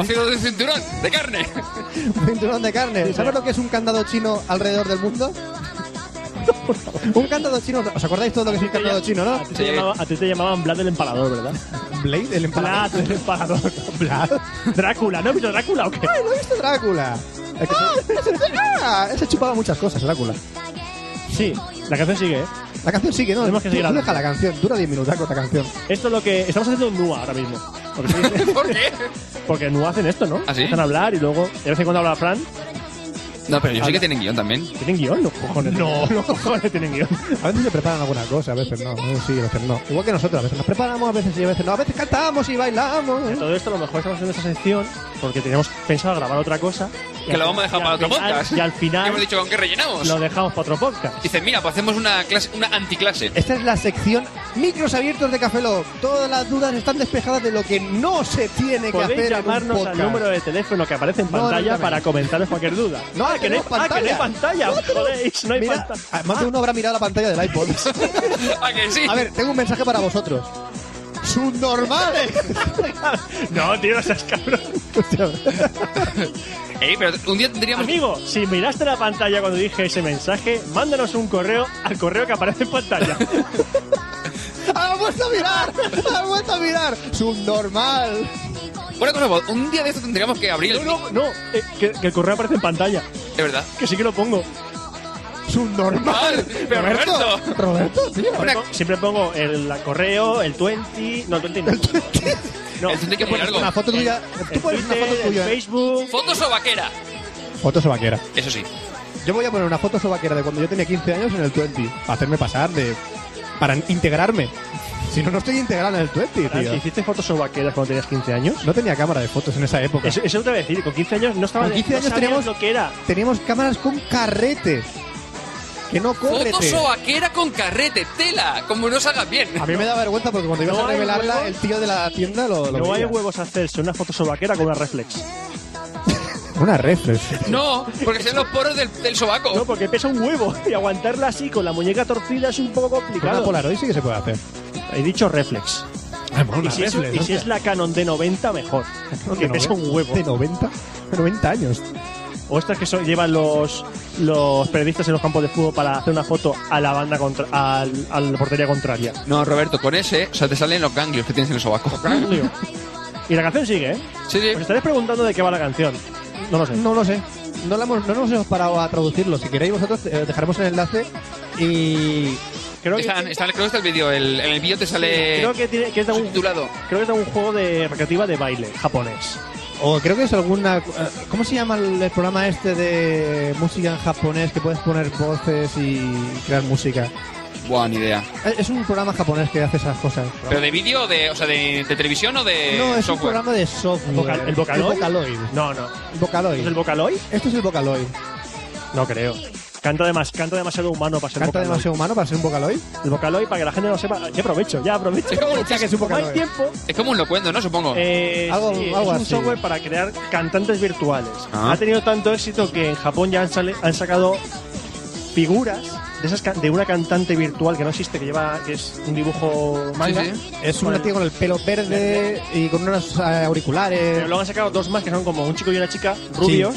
Speaker 4: Óxido de cinturón, de carne.
Speaker 3: un cinturón de carne. ¿Sabes lo que es un candado chino alrededor del mundo? Un candado chino, ¿os acordáis todo lo que es un candado chino, no?
Speaker 2: A ti,
Speaker 4: Sí.
Speaker 2: te llamaba- a ti te llamaban Vlad el Empalador, ¿verdad?
Speaker 3: Blade, el
Speaker 2: Vlad el Empalador. Vlad. Drácula, ¿no has visto Drácula o qué?
Speaker 3: ¡Ay, lo he visto Drácula! El que se- ¡Ah! Ese chupaba muchas cosas, Drácula.
Speaker 2: Sí, la canción sigue, ¿eh?
Speaker 3: La canción sigue, ¿no?
Speaker 2: Tenemos que
Speaker 3: Tú-
Speaker 2: seguir
Speaker 3: tú
Speaker 2: hablando.
Speaker 3: deja la canción, dura 10 minutos la canción.
Speaker 2: Esto es lo que. Estamos haciendo un NUA ahora mismo. Porque, sí,
Speaker 4: ¿Por qué?
Speaker 2: porque en NUA hacen esto, ¿no?
Speaker 4: ¿Ah, sí?
Speaker 2: Empiezan a hablar y luego. De vez en cuando habla Fran.
Speaker 4: No, pero yo sé que tienen guión también.
Speaker 2: ¿Tienen guión? Los cojones. No, los cojones tienen guión.
Speaker 3: A veces se preparan alguna cosa, a veces no. A veces sí, a veces no. Igual que nosotros, a veces nos preparamos, a veces sí, a veces no. A veces cantamos y bailamos. ¿eh?
Speaker 2: Y a Todo esto a lo mejor estamos haciendo esta sección porque teníamos pensado grabar otra cosa. y
Speaker 4: Que
Speaker 2: al-
Speaker 4: lo vamos a dejar
Speaker 2: y
Speaker 4: para
Speaker 2: al
Speaker 4: otro
Speaker 2: final-
Speaker 4: podcast.
Speaker 2: Y al
Speaker 4: Y
Speaker 2: final
Speaker 4: hemos dicho con qué rellenamos.
Speaker 2: lo dejamos para otro podcast.
Speaker 4: Dicen, mira, pues hacemos una clase, una anticlase.
Speaker 2: Eh,
Speaker 3: Esta es la sección micros abiertos de Café Lock. Todas las dudas están despejadas de lo que no se tiene que
Speaker 2: Podéis
Speaker 3: hacer en un
Speaker 2: llamarnos al
Speaker 3: podcast.
Speaker 2: número de teléfono que aparece en
Speaker 3: No,
Speaker 2: pantalla
Speaker 3: directamente.
Speaker 2: para comentaros cualquier duda.
Speaker 3: No,
Speaker 2: ah, que no hay,
Speaker 3: tenemos
Speaker 2: ah, que no hay pantalla.
Speaker 3: No tenemos-
Speaker 2: Joderéis, no hay
Speaker 3: Mira,
Speaker 2: pantalla.
Speaker 3: ah, más de uno habrá mirado la pantalla del iPod.
Speaker 4: ¿A que sí?
Speaker 3: A ver, tengo un mensaje para vosotros. ¡Subnormales!
Speaker 2: No, tío, no seas cabrón.
Speaker 4: Ey, pero un día tendríamos que...
Speaker 2: Amigo, si miraste la pantalla cuando dije ese mensaje, mándanos un correo al correo que aparece en pantalla.
Speaker 3: ¡Ha vuelto a mirar! ¡Ha vuelto a mirar! ¡Subnormal!
Speaker 4: Una cosa, Bob, un día de esto tendríamos que abrir el...
Speaker 2: no, no, eh, que, que el correo aparece en pantalla.
Speaker 4: De verdad.
Speaker 2: Que sí que lo pongo.
Speaker 3: ¡Subnormal!
Speaker 4: Mal, pero
Speaker 3: ¡Roberto! ¡Roberto, tío!
Speaker 4: Una-
Speaker 2: Pongo- Siempre pongo el la correo, el 20. No, el 20 no. No,
Speaker 4: El 20 que
Speaker 2: eh,
Speaker 4: poner algo.
Speaker 3: Una foto tuya.
Speaker 2: el
Speaker 3: Tú pones una
Speaker 2: Twitter,
Speaker 3: foto
Speaker 2: el
Speaker 3: tuya. ¿eh?
Speaker 2: Facebook.
Speaker 4: ¿Fotos o vaquera?
Speaker 3: Foto sobaquera.
Speaker 4: Eso sí.
Speaker 3: Yo voy a poner una foto sobaquera de cuando yo tenía 15 años en el 20. Para hacerme pasar de. Para integrarme. Si no, no estoy integrado en el 20,
Speaker 2: Francis,
Speaker 3: tío.
Speaker 2: Ah, ¿Hiciste fotos o vaqueras cuando tenías 15 años?
Speaker 3: No tenía cámara de fotos en esa época.
Speaker 2: Eso, eso te voy a decir, con 15 años no estaba
Speaker 3: Con 15
Speaker 2: no
Speaker 3: años
Speaker 2: sabías
Speaker 3: teníamos-
Speaker 2: lo que era.
Speaker 3: Teníamos cámaras con carrete. Que no
Speaker 4: ¿Fotos
Speaker 3: córrete.
Speaker 4: o vaquera con carrete? ¡Tela! Como no salga bien.
Speaker 3: A mí me da vergüenza porque cuando ibas
Speaker 2: No
Speaker 3: a
Speaker 2: hay
Speaker 3: revelarla,
Speaker 2: huevos.
Speaker 3: el tío de la tienda lo, lo
Speaker 2: No hay
Speaker 3: veía.
Speaker 2: huevos a hacerse una foto sobaquera con una reflex.
Speaker 3: Una reflex.
Speaker 4: No, porque son los poros del, del sobaco.
Speaker 2: No, porque pesa un huevo y aguantarla así con la muñeca torcida es un poco
Speaker 3: Una
Speaker 2: complicado.
Speaker 3: Polaroid sí que se puede hacer.
Speaker 2: He dicho reflex.
Speaker 3: Ah,
Speaker 2: Y si, es, y si es la Canon de 90, mejor. Porque pesa un huevo.
Speaker 3: De 90, de 90 años.
Speaker 2: O estas que son- llevan los, los periodistas en los campos de fútbol para hacer una foto a la banda contra, al, a la portería contraria.
Speaker 4: No, Roberto, con ese, o sea, te salen los ganglios que tienes en el sobaco.
Speaker 2: Lío. Y la canción sigue, ¿eh?
Speaker 4: Sí, sí.
Speaker 2: Os estaréis preguntando de qué va la canción. No lo sé.
Speaker 3: No lo sé. No, la hemos- no nos hemos parado a traducirlo. Si queréis vosotros eh, dejaremos el enlace y...
Speaker 2: Creo que,
Speaker 4: Está, está- creo que está el vídeo. El, en el vídeo te sale
Speaker 2: creo que, tiene, que es de un,
Speaker 4: subtitulado.
Speaker 2: creo que es de un juego de recreativa de baile japonés.
Speaker 3: O creo que es alguna... eh, ¿Cómo se llama el, el programa este de música en japonés que puedes poner voces y crear música?
Speaker 4: Buah, ni idea.
Speaker 3: Eh, Es un programa japonés que hace esas cosas.
Speaker 4: ¿Pero de vídeo, de, o sea, de, de televisión o de
Speaker 3: no, es un
Speaker 4: software?
Speaker 3: programa de software.
Speaker 2: Vocal- ¿El Vocaloid?
Speaker 3: Vocaloid.
Speaker 2: No, no.
Speaker 3: Vocaloid.
Speaker 2: ¿Es el Vocaloid?
Speaker 3: Esto es el Vocaloid.
Speaker 2: No creo. Canta, demas- canta demasiado humano para ser
Speaker 3: Canta
Speaker 2: Vocaloid.
Speaker 3: demasiado humano para ser un Vocaloid.
Speaker 2: El Vocaloid, para que la gente lo sepa. Ya aprovecho, ya aprovecho.
Speaker 4: Es como un-
Speaker 3: Ya que es un
Speaker 2: Como hay
Speaker 3: Vocaloid.
Speaker 2: tiempo,
Speaker 4: Es como un locuendo, ¿no? Supongo.
Speaker 2: Eh,
Speaker 3: Algo-
Speaker 2: sí,
Speaker 3: algo
Speaker 2: es un
Speaker 3: así.
Speaker 2: software para crear cantantes virtuales.
Speaker 4: Ah.
Speaker 2: Ha tenido tanto éxito que en Japón ya han, sale- han sacado figuras de esas ca- de una cantante virtual que no existe, que lleva que es un dibujo manga. Eh,
Speaker 4: Sí,
Speaker 3: Es una tía con el pelo verde y con unos eh,
Speaker 2: Pero
Speaker 3: auriculares.
Speaker 2: luego han sacado dos más que son como un chico y una chica, rubios.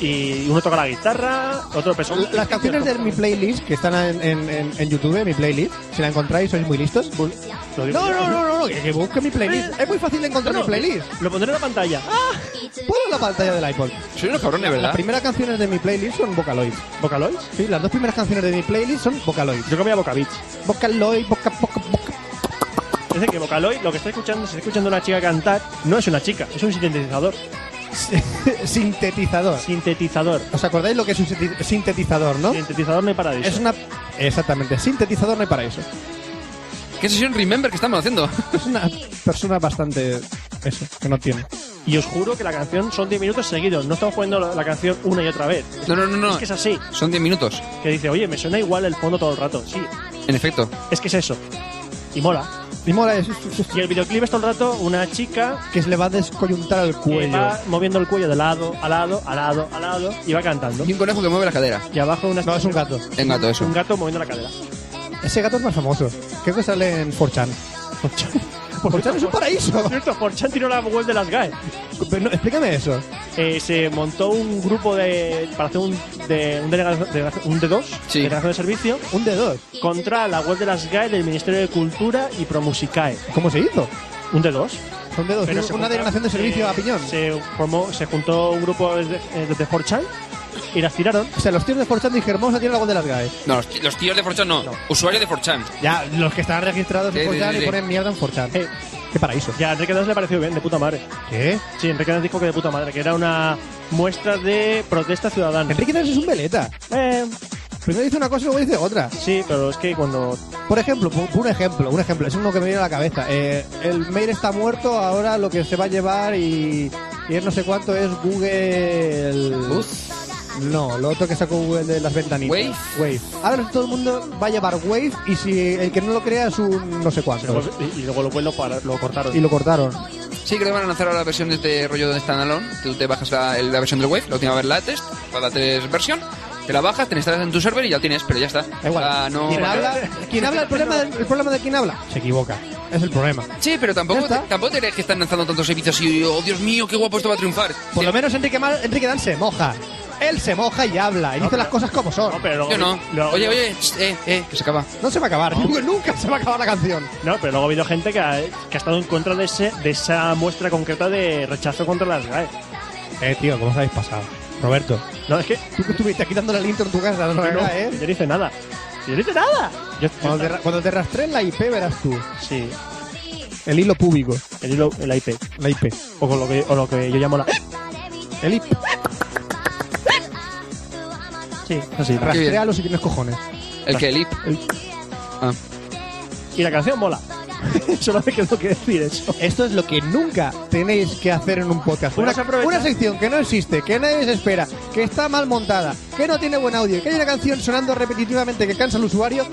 Speaker 2: Y uno toca la guitarra, otro pesa un-
Speaker 3: Las canciones de mi playlist que están en, en- en- en YouTube, mi playlist, si la encontráis, sois muy listos.
Speaker 2: Lo digo
Speaker 3: No,
Speaker 2: yo.
Speaker 3: no, no, no, no, que, que busque mi playlist. Es muy fácil de encontrar
Speaker 2: No,
Speaker 3: mi
Speaker 2: no,
Speaker 3: playlist.
Speaker 2: Lo pondré en la pantalla.
Speaker 3: Pon en la pantalla del iPod.
Speaker 4: sí. Soy unos cabrones,
Speaker 3: Las
Speaker 4: ¿verdad?
Speaker 3: primeras canciones de mi playlist son Vocaloid.
Speaker 2: ¿Vocaloids?
Speaker 3: Sí, las dos primeras canciones de mi playlist son Vocaloid.
Speaker 2: Yo comía Vocabits.
Speaker 3: Vocaloid, Voca, Voca, Voca.
Speaker 2: Es decir, que Vocaloid, lo que está escuchando, si está escuchando una chica cantar, no es una chica, es un sintetizador.
Speaker 3: Sintetizador.
Speaker 2: Sintetizador.
Speaker 3: ¿Os acordáis lo que es un seti- sintetizador, no?
Speaker 2: Sintetizador no hay para
Speaker 3: Es
Speaker 2: eso.
Speaker 3: una. Exactamente, sintetizador no hay paraíso.
Speaker 4: ¿Qué sesión Remember que estamos haciendo?
Speaker 3: Es una persona bastante. Eso, que no tiene.
Speaker 2: Y os juro que la canción son 10 minutos seguidos. No estamos jugando la, la canción una y otra vez.
Speaker 4: No, no, no, no.
Speaker 2: Es que es así.
Speaker 4: Son 10 minutos.
Speaker 2: Que dice, oye, me suena igual el fondo todo el rato. Sí,
Speaker 4: En efecto.
Speaker 2: es que es eso. Y mola.
Speaker 3: Y mola, es,
Speaker 2: Y el videoclip es todo el rato una chica
Speaker 3: que se le va a descoyuntar al
Speaker 2: que
Speaker 3: cuello.
Speaker 2: va moviendo el cuello de lado a lado, a lado, a lado, y va cantando.
Speaker 4: Y un conejo que mueve la cadera.
Speaker 2: Y abajo una
Speaker 3: No, es un gato.
Speaker 4: En gato, eso.
Speaker 2: un gato moviendo la cadera.
Speaker 3: Ese gato es más famoso. Creo que sale en 4chan. 4chan es un paraíso.
Speaker 2: Cierto, Forchan tiró la web de las GAE.
Speaker 3: Pero no, explícame eso.
Speaker 2: Eh, se montó un grupo de para hacer un, de, un, delega- delegación- un D2,
Speaker 4: Sí.
Speaker 2: delegación de servicio,
Speaker 3: Un de dos.
Speaker 2: contra la web de las GAE del Ministerio de Cultura y Promusicae.
Speaker 3: ¿Cómo se hizo?
Speaker 2: Un D2.
Speaker 3: Son de dos.
Speaker 2: Pero se
Speaker 3: una
Speaker 2: juntaron-
Speaker 3: delegación de servicio
Speaker 2: eh,
Speaker 3: a piñón.
Speaker 2: Se, formó, se juntó un grupo de, eh, de 4chan y las tiraron.
Speaker 3: O sea, los tíos de 4chan dijeron, vamos a tirar la voz de las GAE.
Speaker 4: No, los, tí- los tíos de Forchan no. Usuarios de Forchan.
Speaker 3: Ya, los que están registrados
Speaker 4: Sí,
Speaker 3: en
Speaker 4: sí,
Speaker 3: 4chan
Speaker 4: sí,
Speaker 3: y
Speaker 4: sí.
Speaker 3: ponen mierda en 4chan.
Speaker 2: Eh,
Speaker 3: Qué paraíso.
Speaker 2: y a Enrique Danz le pareció bien, de puta madre.
Speaker 3: ¿Qué?
Speaker 2: Sí, Enrique Danz dijo que de puta madre, que era una muestra de protesta ciudadana.
Speaker 3: Enrique Iglesias es un veleta.
Speaker 2: Eh,
Speaker 3: Primero dice una cosa y luego dice otra.
Speaker 2: sí, pero es que cuando...
Speaker 3: Por ejemplo, pu- un ejemplo, un ejemplo, es uno que me viene a la cabeza. Eh, el mail está muerto, ahora lo que se va a llevar y, y es no sé cuánto es Google.
Speaker 4: Bus.
Speaker 3: No, lo otro que sacó Google de las ventanitas.
Speaker 4: Wave.
Speaker 3: Wave. Ahora todo el mundo va a llevar Wave y si el que no lo crea es un no sé cuánto.
Speaker 2: Y, y luego lo, lo, para- lo cortaron.
Speaker 3: Y lo cortaron.
Speaker 4: Sí, creo que van a lanzar ahora la versión de este rollo de standalone. Tú te bajas la, el- la versión del Wave, la última vez la test, o la test versión. Te la bajas, te la instalas en tu server y ya la tienes, pero ya está.
Speaker 3: Da igual.
Speaker 4: Ah, no.
Speaker 3: ¿Quién habla? ¿Quién habla? El problema, del- el problema de quién habla. Se equivoca. Es el problema.
Speaker 4: Sí, pero
Speaker 3: Ya
Speaker 4: tampoco,
Speaker 3: está.
Speaker 4: tampoco te crees que están lanzando tantos servicios y, oh Dios mío, qué guapo esto va a triunfar.
Speaker 3: Por lo menos Enrique, Mal- Enrique Dan se moja. Él se moja y habla y dice las cosas como son.
Speaker 2: No, pero luego,
Speaker 4: Yo no.
Speaker 2: luego-
Speaker 4: Oye, oye, sh, eh, eh, que se acaba.
Speaker 3: No se va a acabar. Nunca se va a acabar la canción.
Speaker 2: No, pero luego ha habido gente que ha, que ha estado en contra de, ese, de esa muestra concreta de rechazo contra las GAE.
Speaker 3: Eh, tío, ¿cómo os habéis pasado? Roberto.
Speaker 2: No, es que
Speaker 3: Tú que estuviste quitándole el intro en tu casa, no,
Speaker 2: yo no,
Speaker 3: ¿eh?
Speaker 2: yo no hice nada. Yo no hice nada. Yo, yo
Speaker 3: Cuando te, ra- cuando te rastreen la IP verás tú.
Speaker 2: sí,
Speaker 3: El hilo público.
Speaker 2: el, hilo- el IP.
Speaker 3: La IP.
Speaker 2: O, con lo que, o lo que yo llamo la...
Speaker 3: El IP.
Speaker 2: Sí, así.
Speaker 3: Rastrealo si tienes cojones.
Speaker 4: El que el IP.
Speaker 2: Y la canción mola. Solo me quedó que decir eso.
Speaker 3: Esto es lo que nunca tenéis que hacer en un podcast. Una,
Speaker 2: Podemos aprovechar-
Speaker 3: una sección que no existe, que nadie se espera, que está mal montada, que no tiene buen audio, que hay una canción sonando repetitivamente que cansa al usuario.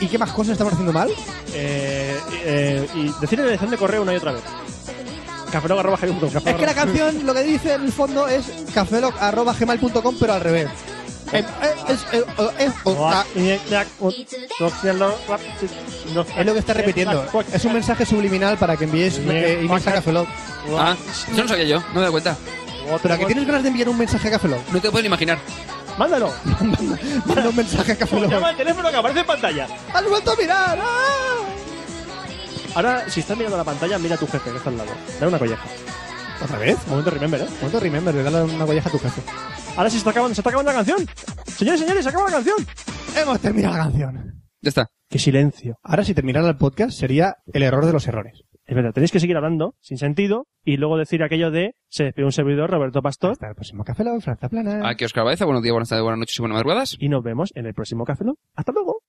Speaker 3: ¿Y qué más cosas estamos haciendo mal?
Speaker 2: Eh, eh, y decir la dirección de correo una y otra vez. Cafelog.com.
Speaker 3: Es que la canción lo que dice en el fondo es cafeloc.gmail.com pero al revés. Eh, eh, es, eh, oh, es, oh, ah, es lo que está repitiendo. Es un mensaje subliminal para que envíes eh, emails a Cafeloc.
Speaker 4: Ah, eso no sabía yo, no me doy cuenta.
Speaker 3: Pero ¿a que tienes ganas de enviar un mensaje a Cafeloc?
Speaker 4: No te lo pueden imaginar.
Speaker 2: Mándalo.
Speaker 3: Manda un mensaje a Cafeloc.
Speaker 2: Llama al teléfono que aparece en pantalla.
Speaker 3: ¡Has vuelto a mirar! ¡Ah!
Speaker 2: Ahora, si estás mirando la pantalla, mira a tu jefe que está al lado. Dale una colleja.
Speaker 3: ¿Otra vez?
Speaker 2: Momento remember, ¿eh?
Speaker 3: ¿Cuánto remember? Le dale una colleja a tu jefe.
Speaker 2: Ahora sí se está acabando, se está acabando la canción. Señores, señores, se acaba la canción.
Speaker 3: Hemos terminado la canción.
Speaker 4: Ya está.
Speaker 2: Qué silencio.
Speaker 3: Ahora, si terminara el podcast, sería el error de los errores.
Speaker 2: Es verdad, tenéis que seguir hablando, sin sentido, y luego decir aquello de se despide un servidor, Roberto Pastor,
Speaker 3: Hasta el próximo Café Lock, Franza Plana.
Speaker 4: Aquí Oscar Baeza, buenos días, buenas tardes, buenas noches y buenas madrugadas.
Speaker 2: y nos vemos en el próximo Café Lock. Hasta luego.